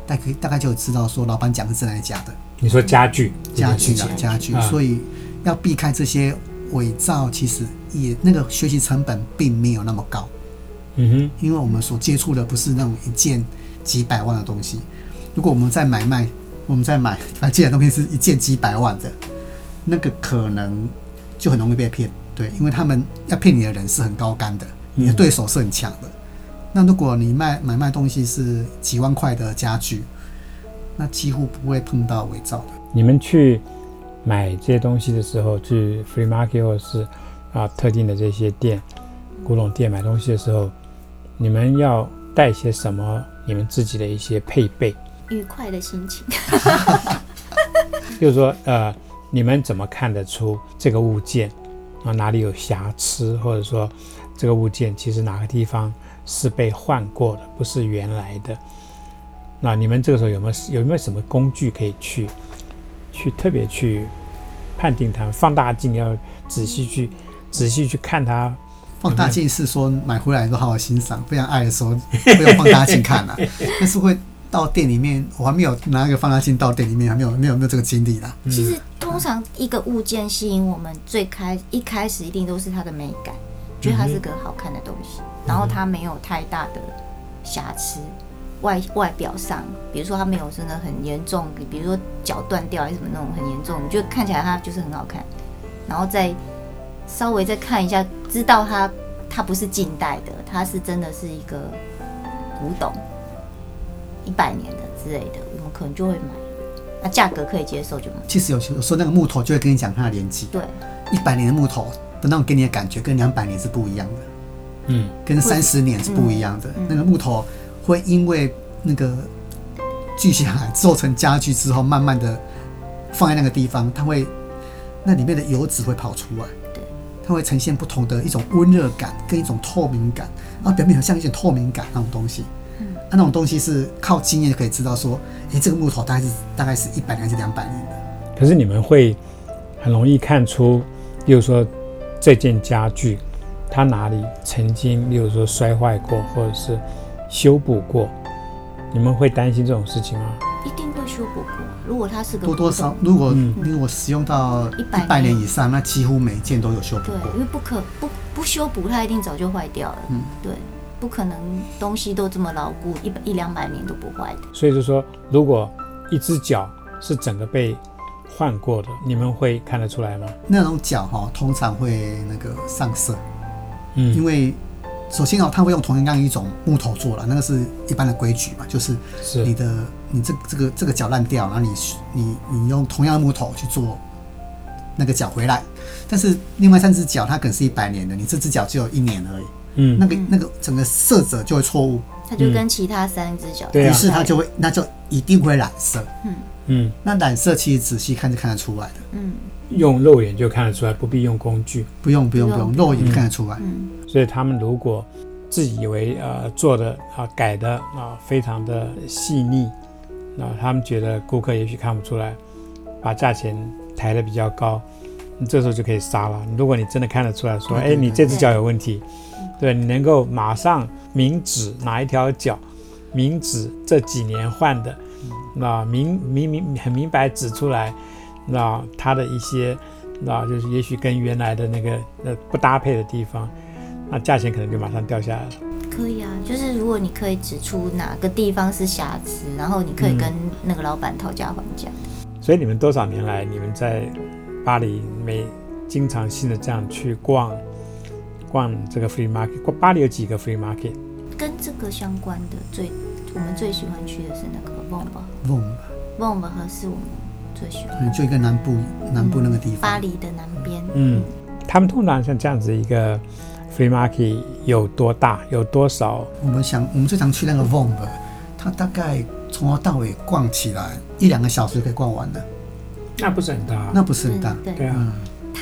S2: 大概大概就知道说老板讲的是真的还是假的
S1: 你说家具，
S2: 家具
S1: 啊，
S2: 啊家具，
S1: 啊
S2: 所以要避开这些伪造，其实也那个学习成本并没有那么高，
S1: 嗯
S2: 因为我们所接触的不是那种一件几百万的东西。如果我们在买卖，我们在买买进来的东西是一件几百万的，那个可能就很容易被骗。对，因为他们要骗你的人是很高干的，你的对手是很强的。那如果你卖买卖东西是几万块的家具，那几乎不会碰到伪造的。
S1: 哼，你们去买这些东西的时候，去 free market 或者是啊特定的这些店、古董店买东西的时候，你们要带些什么？你们自己的一些配备，
S3: 愉快的心情。
S1: 就是说，呃，你们怎么看得出这个物件啊哪里有瑕疵，或者说这个物件其实哪个地方是被换过的，不是原来的？那你们这个时候有没有有没有什么工具可以去去特别去判定它？放大镜要仔细去仔细去看它，
S2: 放大镜是说买回来都好好欣赏，非常爱的时候会用放大镜看啦、但是会到店里面，我还没有拿一个放大镜到店里面，还没有没有没有这个经历啦。
S3: 其实通常一个物件吸引我们最开一开始一定都是它的美感，觉得它是个好看的东西，然后它没有太大的瑕疵。外外表上，比如说它没有真的很严重，比如说脚断掉还是什么那种很严重，你就看起来它就是很好看。然后再稍微再看一下，知道它它不是近代的，它是真的是一个古董，一百年的之类的，我们可能就会买。那价格可以接受就买。
S2: 其实有时有时候那个木头就会跟你讲它的年纪，
S3: 对，
S2: 一百年的木头的那种给你的感觉跟两百年是不一样的，
S1: 嗯
S2: 跟三十年是不一样的。
S3: 嗯
S2: 那个木头会因为那个锯下来做成家具之后，慢慢的放在那个地方，它会那里面的油脂会跑出来，
S3: 对，
S2: 它会呈现不同的一种温热感跟一种透明感，然后表面很像一种透明感那种东西。
S3: 嗯
S2: 啊，那种东西是靠经验就可以知道说，诶、这个木头大概是大概是一百年还是两百年的。
S1: 可是你们会很容易看出，例如说这件家具，它哪里曾经，例如说摔坏过，或者是修补过，你们会担心这种事情吗？
S3: 一定会修补过。如果它是个
S2: 多多少
S3: 古，
S2: 如果、
S1: 嗯
S2: 如果使用到
S3: 100
S2: 一百年以上，那几乎每一件都有修补
S3: 董，
S2: 过
S3: 对，因。为不可不不修补，它一定早就坏掉了。
S2: 嗯
S3: 对，不可能东西都这么牢固，一百一两百年都不坏的。
S1: 所以就说，如果一只脚是整个被换过的，你们会看得出来吗？
S2: 那种脚哈，通常会那个上色，因
S1: 嗯
S2: 为首先哦，它会用同样一种木头做了，那个是一般的规矩嘛，就是
S1: 是
S2: 你的你这这个这个脚烂掉，然后你你你用同样的木头去做那个脚回来，但是另外三只脚它可能是一百年的，你这只脚只有一年而已，那
S1: 嗯
S2: 个那个整个色泽就会错误，
S3: 它就跟其他三只脚，
S1: 对啊
S2: 于是它就会那就一定会染色。
S3: 嗯
S1: 嗯，
S2: 那染色其实仔细看是看得出来的，
S3: 嗯
S1: 用肉眼就看得出来，不必用工具。
S2: 不用不用
S3: 不
S2: 不
S3: 用
S2: 用，肉眼看得出来。
S3: 嗯，
S1: 所以他们如果自以为呃做的啊、改的啊、非常的细腻，那、他们觉得顾客也许看不出来，把价钱抬得比较高，你这时候就可以杀了。如果你真的看得出来说，
S2: 对对
S1: 哎，你
S2: 对
S1: 这只脚有问题，对你能够马上明指哪一条脚，明指这几年换的，
S2: 嗯
S1: 那明明明很明白指出来，那它的一些。那就是也许跟原来的那个呃不搭配的地方，那价钱可能就马上掉下来了。
S3: 可以啊。就是如果你可以指出哪个地方是瑕疵，然后你可以
S2: 嗯
S3: 跟那个老板讨价还价。
S1: 所以你们多少年来，你们在巴黎每经常性的这样去逛逛这个 free market，过巴黎有几个 free market？
S3: 跟这个相关的最我们最喜欢去的是那个旺吧，
S2: 瓮，
S3: 旺吧河是我们最喜欢
S2: 嗯，就一个南部南部那个地方，
S3: 巴黎的南边。
S1: 嗯，他们通常像这样子一个 free market 有多大，有多少？
S2: 我们想，我们最常去那个 v o m 它大概从头到尾逛起来一两个小时就可以逛完了，
S1: 那不是很大。
S2: 那不是很大。
S3: 嗯，对，
S1: 对啊，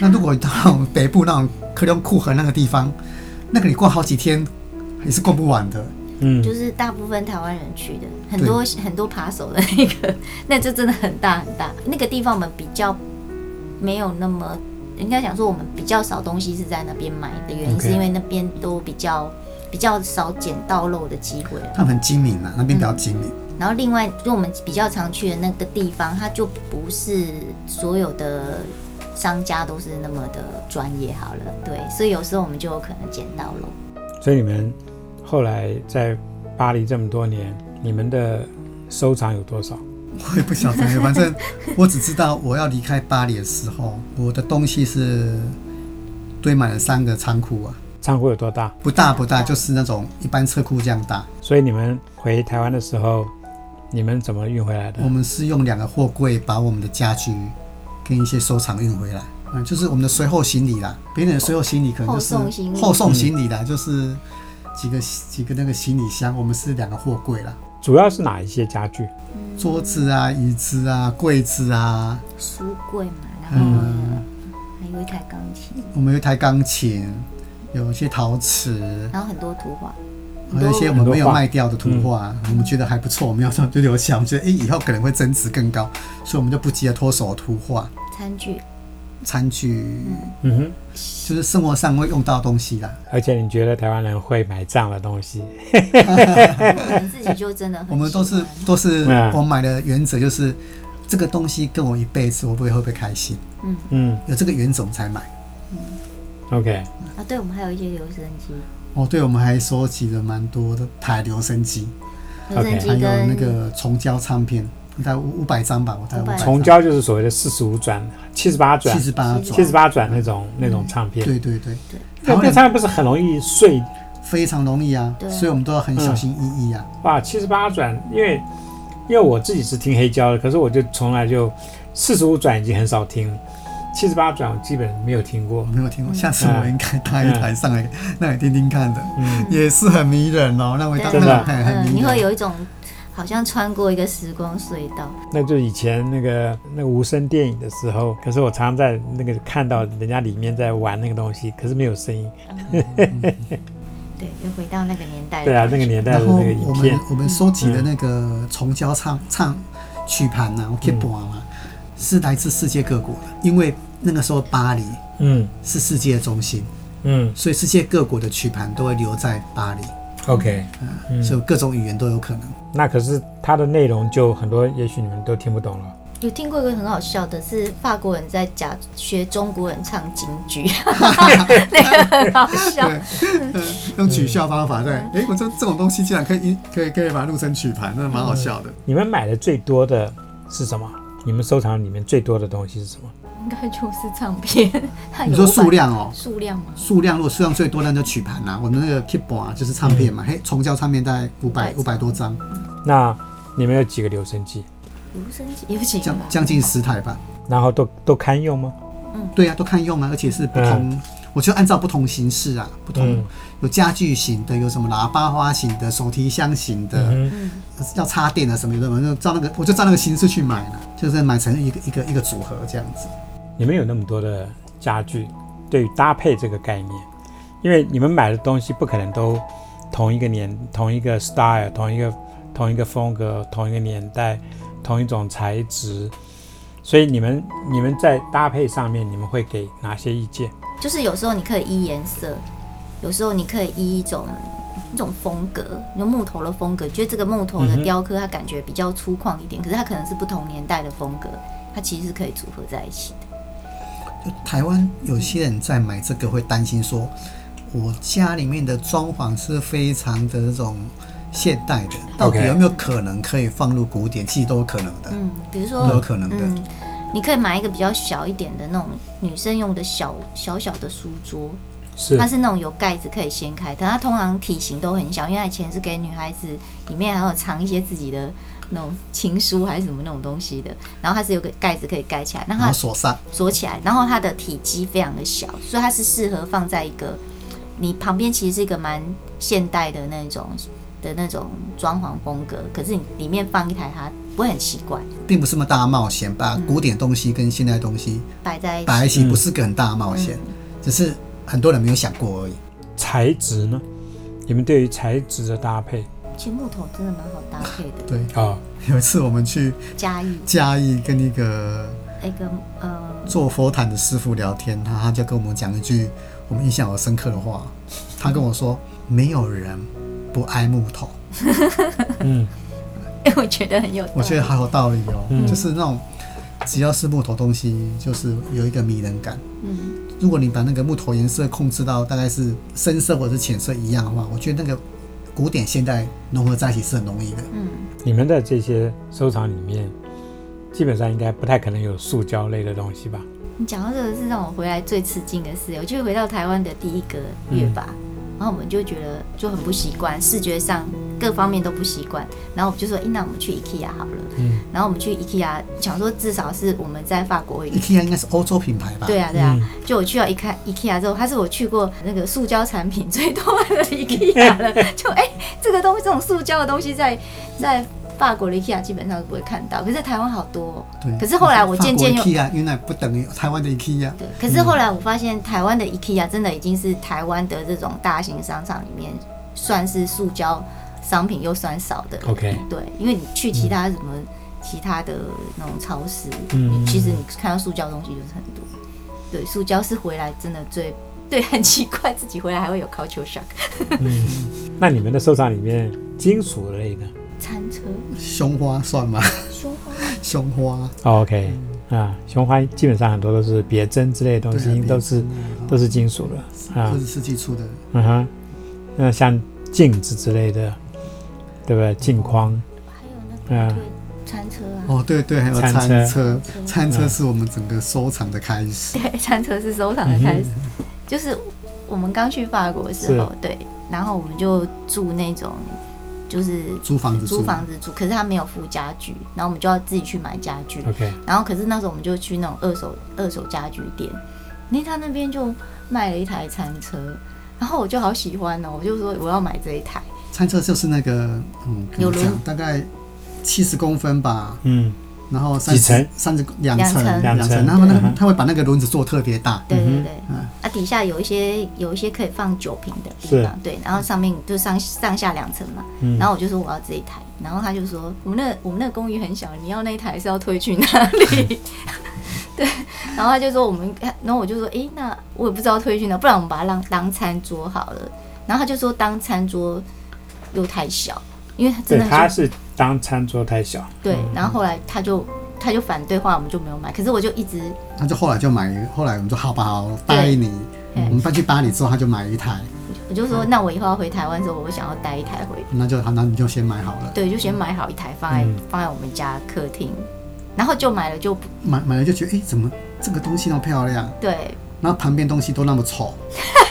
S2: 那如果到那种北部那种科隆库河那个地方，那个你逛好几天也是逛不完的。
S1: 嗯，
S3: 就是大部分台湾人去的，很多很多扒手的那个， <laughs> 那就真的很大很大。那个地方我们比较没有那么，应该讲说我们比较少东西是在那边买的原因，
S1: OK
S3: 是因为那边都比较比较少捡到肉的机会。
S2: 他们很精明啊，那边比较精明。
S3: 然后另外，就我们比较常去的那个地方，它就不是所有的商家都是那么的专业好了，对，所以有时候我们就有可能捡到肉。
S1: 所以你们后来在巴黎这么多年，你们的收藏有多少？
S2: 我也不晓得，反正我只知道我要离开巴黎的时候，我的东西是堆满了三个仓库啊，
S1: 仓库有多大？
S2: 不大不大，就是那种一般车库这样大。
S1: 所以你们回台湾的时候，你们怎么运回来的
S2: 我？们是用两个货柜把我们的家具跟一些收藏运回来，嗯，就是我们的随后行李啦。别人的随后行李可能就是
S3: 后送行李
S2: 后送行李啦，就是几个几个那个行李箱，我们是两个货柜啦，
S1: 主要是哪一些家具？
S2: 桌子啊、椅子啊、柜子啊，
S3: 书柜嘛，然后、
S2: 嗯
S3: 还有一台钢琴，
S2: 我们有一台钢琴，有一些陶瓷，
S3: 然后很多图画。
S2: 还有一些我们没有卖掉的图画，我们觉得还不错，我们要这样就留下。我们觉得，诶，以后可能会增值更高，所以我们就不急着脱手图画、
S3: 餐具，
S2: 餐具，
S1: 嗯哼，
S2: 就是生活上会用到的东西啦。
S1: 而且你觉得台湾人会买这样的东西？
S3: 我们自己就真的很喜
S2: 哎我
S3: 欢
S2: 们都是都是
S1: 嗯
S2: 我买的原则就是，这个东西跟我一辈子，我不会会不会开心？
S1: 嗯
S2: 有这个原则我们才买。
S1: ，OK，
S3: 啊，对，我们还有一些留声机，
S2: 哦，对，我们还收集了蛮多的台留声机，
S3: 留声
S1: OK
S3: 机
S2: 还
S3: 跟
S2: 有那个重胶唱片，大概五五百张吧，我大概
S3: 500
S2: 五百
S1: 重胶就是所谓的四十五转、七十八转
S2: 七、十八
S3: 78
S1: 七
S2: 张
S1: 十，八转那种那种唱片。
S2: 对对对，
S1: 那那唱片不是很容易碎
S2: 非常容易啊，
S3: 对
S2: 所以我们都要很小心翼翼啊。
S1: 哇，七十八转，因为因为我自己是听黑胶的，可是我就从来就四十五转已经很少听，七十八转我基本没有听过
S2: 我。没有听过，下次我应
S1: 嗯
S2: 该搭一台上来让你听听看的，也是很迷人哦，那味道
S3: 对
S1: 真的啊
S2: 那很
S3: 嗯，
S2: 迷
S3: 你会
S2: 人。
S3: 有一种好像穿过一个时光隧道，
S1: 那就以前那个那个无声电影的时候，可是我常常在那个看到人家里面在玩那个东西，可是没有声音。
S3: 对，又回到那个年代。
S1: 对啊，那个年代的
S2: 然后
S1: 那个影
S2: 我
S1: 片嗯
S2: 们，我们收集的那个重胶唱唱曲盘呐、啊、，keyboard 啊，是来自世界各国的，因为那个时候巴黎
S1: 嗯
S2: 是世界中心，
S1: 嗯
S2: 所以世界各国的曲盘都会留在巴黎，
S1: ，OK，嗯
S2: 所以各种语言都有可能。
S1: 那可是它的内容就很多，也许你们都听不懂了。
S3: 有听过一个很好笑的是，法国人在假学中国人唱京剧，
S2: <laughs>
S3: 那个很好笑。
S2: 用取笑方法对，哎，我这这种东西竟然可以可以可以把它录成曲盘，那蛮好笑的。
S1: 你们买的最多的是什么？你们收藏里面最多的东西是什么？
S3: 应该就是唱片。它有
S2: 你说
S3: 500
S2: 数量哦，
S3: 数量吗？
S2: 数量如果数量最多，那就曲盘啦、我们那个 keyboard 啊，就是唱片嘛，嘿，重胶唱片大概五百五百多张，
S1: 那你们有几个留声机？
S3: 无声机有几个啊
S2: 将
S3: 吧？
S2: 将近十台吧。
S1: 然后都都堪用吗？
S2: 对啊，都看用啊，而且是不同，我就按照不同形式啊，不同、
S1: 嗯
S2: 有家具型的，有什么喇叭花型的，手提箱型的，
S1: 嗯
S2: 要插电的什么的，我就照那个，我就照那个形式去买了，就是买成一个一个一个组合这样子。
S1: 你们有那么多的家具，对于搭配这个概念，因为你们买的东西不可能都同一个年、同一个 style、同一个同一个风格、同一个年代、同一种材质，所以你们你们在搭配上面，你们会给哪些意见？
S3: 就是有时候你可以依颜色，有时候你可以依一种一种风格，用木头的风格，觉得这个木头
S2: 嗯
S3: 的雕刻它感觉比较粗犷一点，可是它可能是不同年代的风格，它其实是可以组合在一起的。
S2: 就台湾有些人在买这个会担心说，我家里面的装潢是非常的这种现代的，到底
S1: OK
S2: 有没有可能可以放入古典？其实都有可能的，
S3: 嗯，比如
S2: 都有
S3: 说，
S2: 可能的。
S3: 嗯，你可以买一个比较小一点的那种女生用的小小小的书桌，
S1: 是
S3: 它是那种有盖子可以掀开，但它通常体型都很小，因为它以前是给女孩子，里面还有藏一些自己的那种情书还是什么那种东西的，然后它是有个盖子可以盖起来，那
S2: 然
S3: 它
S2: 后锁上，
S3: 锁起来，然后它的体积非常的小，所以它是适合放在一个你旁边其实是一个蛮现代的那种的那种装潢风格，可是你里面放一台它不会很奇怪，
S2: 并不是那么大的冒险，把古典东西跟现代东西
S3: 摆在一起
S2: 摆在一起，不是个很大的冒险，
S3: 嗯
S2: 只是很多人没有想过而已。 <laughs>
S1: 材质呢？你们对于材质的搭配
S3: 其实木头真的蛮好搭配的，
S2: 对，
S1: 啊，
S2: 有一次我们去
S3: 嘉义
S2: 嘉义跟一个
S3: 一个呃 <laughs>
S2: 做佛坛的师傅聊天，他他就跟我们讲一句我们印象好深刻的话，他跟我说：“没有人不爱木头。”
S1: 嗯，
S3: 我觉得很有道理，
S2: 我觉得好有道理哦，
S1: 嗯
S2: 就是那种只要是木头东西，就是有一个迷人感。
S3: 嗯
S2: 如果你把那个木头颜色控制到大概是深色或者是浅色一样的话，我觉得那个古典现代融合在一起是很容易的。
S3: 嗯，
S1: 你们的这些收藏里面，基本上应该不太可能有塑胶类的东西吧？
S3: 你讲到这个是让我回来最吃惊的事，我就回到台湾的第一个月吧，然后我们就觉得就很不习惯，视觉上各方面都不习惯，然后我们就说，诶那我们去 IKEA 好了，
S1: 嗯，
S3: 然后我们去 IKEA，想说至少是我们在法国会
S2: IKEA 应该是欧洲品牌吧？
S3: <laughs> 对啊，对啊，
S1: 嗯
S3: 就我去到 IKEA IKEA 之后，它是我去过那个塑胶产品最多的 <laughs> IKEA 了。就哎、这个东西，这种塑胶的东西在在法国的 IKEA 基本上是不会看到，可是在台湾好多哦、
S2: 对。
S3: 可是后来我渐渐
S2: 法
S3: 又
S2: 国 IKEA 原来不等于台湾的 IKEA，
S3: 对，可是
S1: 嗯
S3: 后来我发现台湾的 IKEA 真的已经是台湾的这种大型商场里面算是塑胶商品又算少的。
S1: OK
S3: 对，因为你去其他什么其他的那种超市，
S1: 嗯
S3: 你其实你看到塑胶东西就是很多。对，塑胶是回来真的最 <laughs> 对，很奇怪，自己回来还会有 culture shock。
S1: 那你们的收藏里面，金属类的
S3: 餐车、
S2: 胸花算吗？
S3: 胸花，
S2: 胸花，
S1: 哦，OK 啊，雄花基本上很多都是别针之类的东
S2: 嗯对啊
S1: 西，
S2: 别
S1: 都是都是金属的啊
S2: 二，十世纪初的，
S1: 嗯哼，那像镜子之类的，对不对？镜框，
S3: 还有
S1: 啊
S3: 那个推餐车啊。
S2: 哦，对对，还有
S1: 餐车
S2: 餐车
S3: 餐车，
S2: 餐车是我们整个收藏的开始。
S3: 对，餐车是收
S2: 嗯
S3: 藏的开始，就是我们刚去法国的时候，对，然后我们就住那种就是
S2: 租房子
S3: 租房子住，可是他没有附家具，然后我们就要自己去买家具，
S2: 嗯
S1: OK，
S3: 然后可是那时候我们就去那种二手二手家具店，因为他那边就卖了一台餐车，然后我就好喜欢哦，我就说我要买这一台，
S2: 餐车就是那个，嗯，怎
S3: 有
S2: 么
S3: 轮
S2: 讲？大概七十公分吧，
S1: 嗯，
S2: 然后三
S1: 几层
S2: 十三十两层
S3: 两层
S1: 两层
S2: 他们那
S1: 嗯
S2: 个他会把那个轮子做特别大，
S3: 对对对，
S2: 嗯
S3: 啊，底下有一些有一些可以放酒瓶的地方，对，然后上面就上上下两层嘛，
S1: 嗯
S3: 然后我就说我要这一台，然后他就说我们那我们那个公寓很小，你要那一台是要推去哪
S1: <laughs>
S3: 里？对，然后他就说我们，然后我就说，诶，那我也不知道推去哪，不然我们把它当当餐桌好了。然后他就说当餐桌又太小，因为他
S1: 对，
S3: 真的
S1: 它
S3: 很
S1: 是当餐桌太小，
S3: 对，然后后来他就他就反对，后来我们就没有买，可是我就一直
S2: 他就后来就买一个，后来我们说好吧，好，答应你。
S3: 嗯
S2: 我们搬去巴黎之后，他就买一台，
S3: 我就
S1: 嗯
S3: 说，那我以后要回台湾的时候，我想要带一台回
S2: 那就好，那你就先买好了。
S3: 对，就先买好一台放在、
S1: 嗯
S3: 放在我们家客厅，然后就买了就不
S2: 买买了就觉得，哎、怎么这个东西那么漂亮，
S3: 对，
S2: 然后旁边东西都那么丑， <laughs>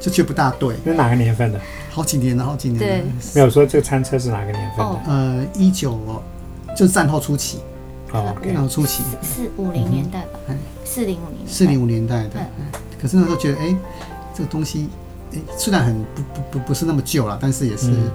S2: 就觉得不大对。
S1: 那哪个年份的？
S2: 好几年了，好几年了。
S1: 没有说这个餐车是哪个年份的
S3: 哦？
S2: 呃，一九就是战后初期，
S1: 哦
S2: 战
S1: ，OK，
S2: 后初期，
S3: 四五零年代吧
S2: 嗯，
S3: 四零五零
S2: 四零
S3: 五
S2: 五年代的。可是那时候觉得，哎、这个东西，哎、虽然很不不不不是那么旧了，但是也是、
S1: 嗯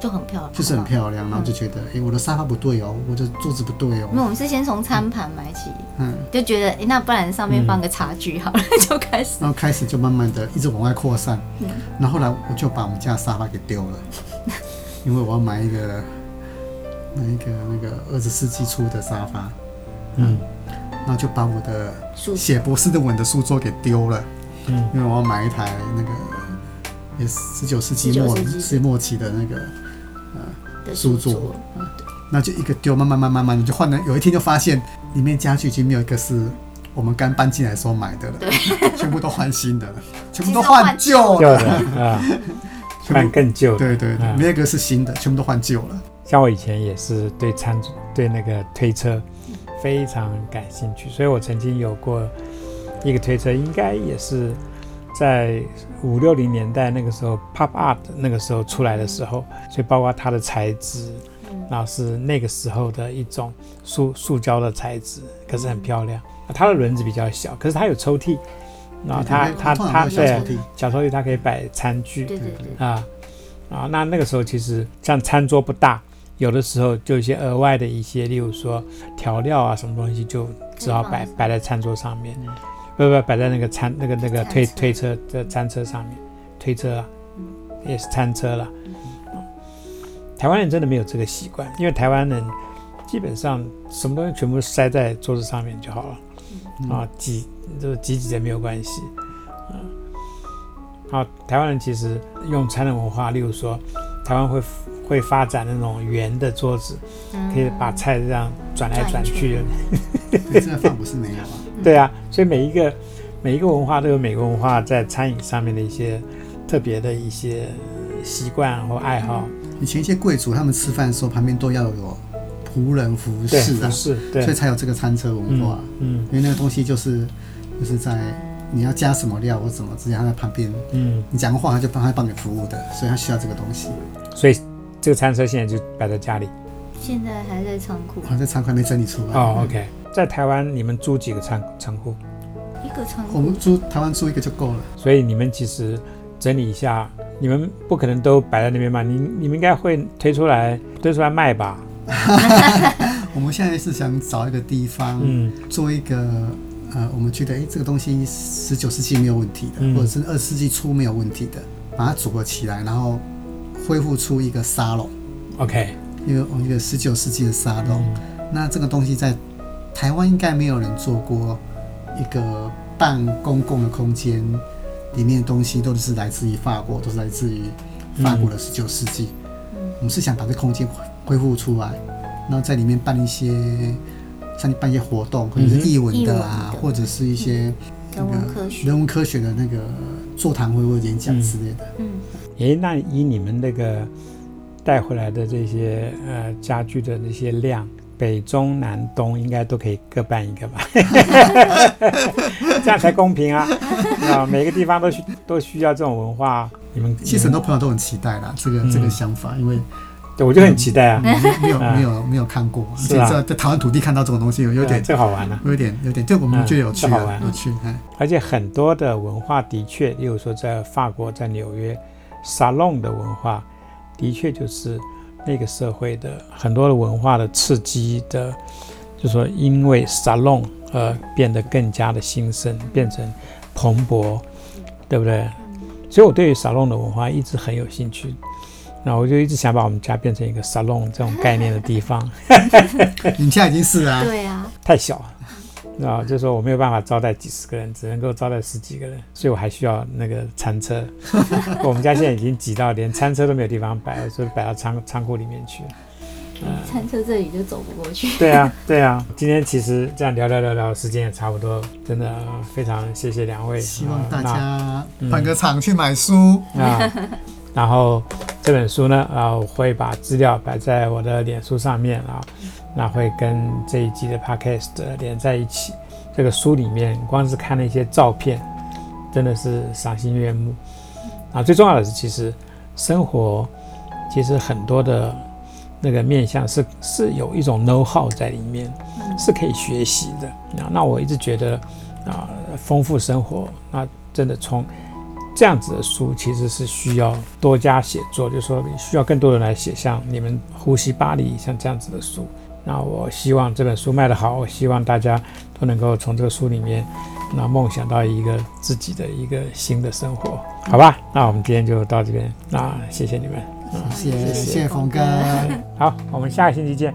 S3: 就很漂亮，
S2: 就是很漂亮。然后就觉得，哎、我的沙发不对哦，我的桌子不对
S3: 因为我
S2: 哦，
S3: 们是先从餐盘买起，
S2: 嗯。
S3: 就觉得诶那不然上面放个茶具好了，就开始
S2: 然后开始就慢慢的一直往外扩散，
S3: 嗯
S2: 然后后来我就把我们家的沙发给丢了，因为我要买一个买一个那个二十世纪初的沙发，
S1: 嗯
S2: 然后就把我的
S3: 书
S2: 写博士论文的书桌给丢了，
S1: 嗯
S2: 因为我要买一台那个也十九世纪末
S3: 19世纪
S2: 是末期的那个，
S3: 的
S2: 书
S3: 桌
S2: 桌，那就一个丢，慢慢慢慢慢的就换了，有一天就发现里面家具已经没有一个是。我们刚搬进来的时候买的了，全部都换新的了，全部都换
S3: 其实都换
S1: 旧
S2: 旧的，
S1: 的
S2: <laughs>
S1: 啊，换更旧的。
S2: 对对对，
S1: 嗯
S2: 没有一个是新的，全部都换旧了。
S1: 像我以前也是对餐对那个推车非常感兴趣，所以我曾经有过一个推车，应该也是在五六零年代那个时候，pop art 那个时候出来的时候，所以包括它的材质，
S2: 嗯
S1: 然后是那个时候的一种塑塑胶的材质，可是很漂亮。啊它的轮子比较小，可是它有抽屉，然后它
S2: 对
S1: 它
S2: 通常
S1: 它
S2: 会有
S1: 对
S2: 小抽屉
S1: 小抽屉它可以摆餐具，
S3: 对对对，
S1: 啊啊，那那个时候其实像餐桌不大，有的时候就一些额外的一些，例如说调料啊什么东西，就只好摆
S3: 可以放
S1: 摆在餐桌上面，不不摆在那个餐那个那个
S3: 餐
S1: 推
S3: 车嗯
S1: 推车的餐车上面，推车啊，也是餐车了。台湾人真的没有这个习惯，因为台湾人基本上什么东西全部塞在桌子上面就好了，
S3: 嗯
S1: 啊，挤就是挤挤的没有关系，啊，好，台湾人其实用餐的文化，例如说，台湾会会发展那种圆的桌子，
S3: 嗯
S1: 可以把菜这样转来转去的，
S2: 对，这个法国是没有啊。
S1: <laughs> 对啊，所以每一个每一个文化都有每个文化在餐饮上面的一些特别的一些习惯或爱好，
S2: 以前一些贵族他们吃饭的时候，旁边都要有仆人服
S1: 对，
S2: 侍啊
S1: 服，饰，
S2: 所以
S1: 对，
S2: 才有这个餐车文化啊。
S1: 嗯
S2: 因为那个东西就是就是在你要加什么料或怎么，直接他在旁边，
S1: 嗯，
S2: 你讲个话他就帮他帮你服务的，所以他需要这个东西。
S1: 所以这个餐车现在就摆在家里。
S3: 现在还在仓库，
S2: 哦哇，这仓库还没整理出来。
S1: 哦，OK，在台湾你们租几个仓仓库？
S3: 一个仓
S2: 我
S3: 库
S2: 们租台湾租一个就够了。
S1: 所以你们其实整理一下，你们不可能都摆在那边吧？你你们应该会推出来推出来卖吧？
S2: 我们现在是想找一个地方，
S1: 嗯
S2: 做一个呃，我们觉得诶这个东西十九世纪没有问题的，
S1: 嗯
S2: 或者是二十世纪初没有问题的，把它组合起来，然后恢复出一个沙龙，
S1: ，OK，
S2: 因为我们一个十九世纪的沙龙。那这个东西在台湾应该没有人做过一个半公共的空间，里面的东西都是来自于法国，都是来自于法
S3: 嗯
S2: 国的十九世纪。我们是想把这空间恢复出来，然后在里面办一些像办一些活动，可能是艺文的啊
S3: 艺文，的
S2: 或者是一些那
S3: 嗯人文
S2: 个
S3: 科学，
S2: 人文科学的那个座谈会或者演讲之类的。
S3: 嗯，
S1: 诶，那以你们那个带回来的这些呃家具的那些量，北中南东应该都可以各办一个
S2: <laughs>
S1: 吧？这样才公平啊！啊，每个地方都需都需要这种文化。你们
S2: 其实很多朋友都很期待啦，这个这个
S1: 嗯
S2: 想法，因为
S1: 对我就很期待 <laughs> 啊，
S2: 没有
S1: 啊
S2: 没有没有看过，而
S1: 是
S2: 且
S1: 啊
S2: 在在台湾土地看到这种东西，有有点
S1: 啊这好玩啊！
S2: 有点有点，这个我们觉得有趣
S1: 嗯这好
S2: 啊，
S1: 玩
S2: 有趣。
S1: <laughs>
S2: 哎，
S1: 而且很多的文化的确，例如说在法国、在纽约，沙龙的文化的确就是那个社会的很多的文化的刺激的，就说因为沙龙而变得更加的兴盛，变成蓬勃，对不对？所以我对于沙龙的文化一直很有兴趣。那我就一直想把我们家变成一个沙龙这种概念的地方，
S2: 你们现在已经是啊，
S3: 对啊，
S1: 太小了，啊，就是说我没有办法招待几十个人，只能够招待十几个人，所以我还需要那个餐车。我们家现在已经挤到连餐车都没有地方摆，所以摆到仓仓库里面去。
S3: 餐车这里就走不过去，
S1: 对啊，对啊。今天其实这样聊聊聊聊，时间也差不多，真的非常谢谢两位。
S2: 希望
S1: 啊
S2: 大家
S1: 嗯
S2: 捧个场去买书。
S1: 那啊， <laughs> 然后这本书呢，啊，我会把资料摆在我的脸书上面啊，那会跟这一集的 podcast 连在一起。这个书里面光是看那些照片，真的是赏心悦目啊。最重要的是，其实生活其实很多的那个面向是是有一种 know how 在里面，
S3: 嗯
S1: 是可以学习的啊。那我一直觉得啊，丰富生活那真的从这样子的书其实是需要多加写作，就是说需要更多人来写，像你们《呼吸巴黎》像这样子的书。那我希望这本书卖得好，我希望大家都能够从这个书里面，那梦想到一个自己的一个新的生活，好吧？那我们今天就啊嗯到这边，那谢谢你们，
S2: 谢谢
S3: 谢谢
S2: 谢谢峰哥。
S1: 好，我们下个星期见，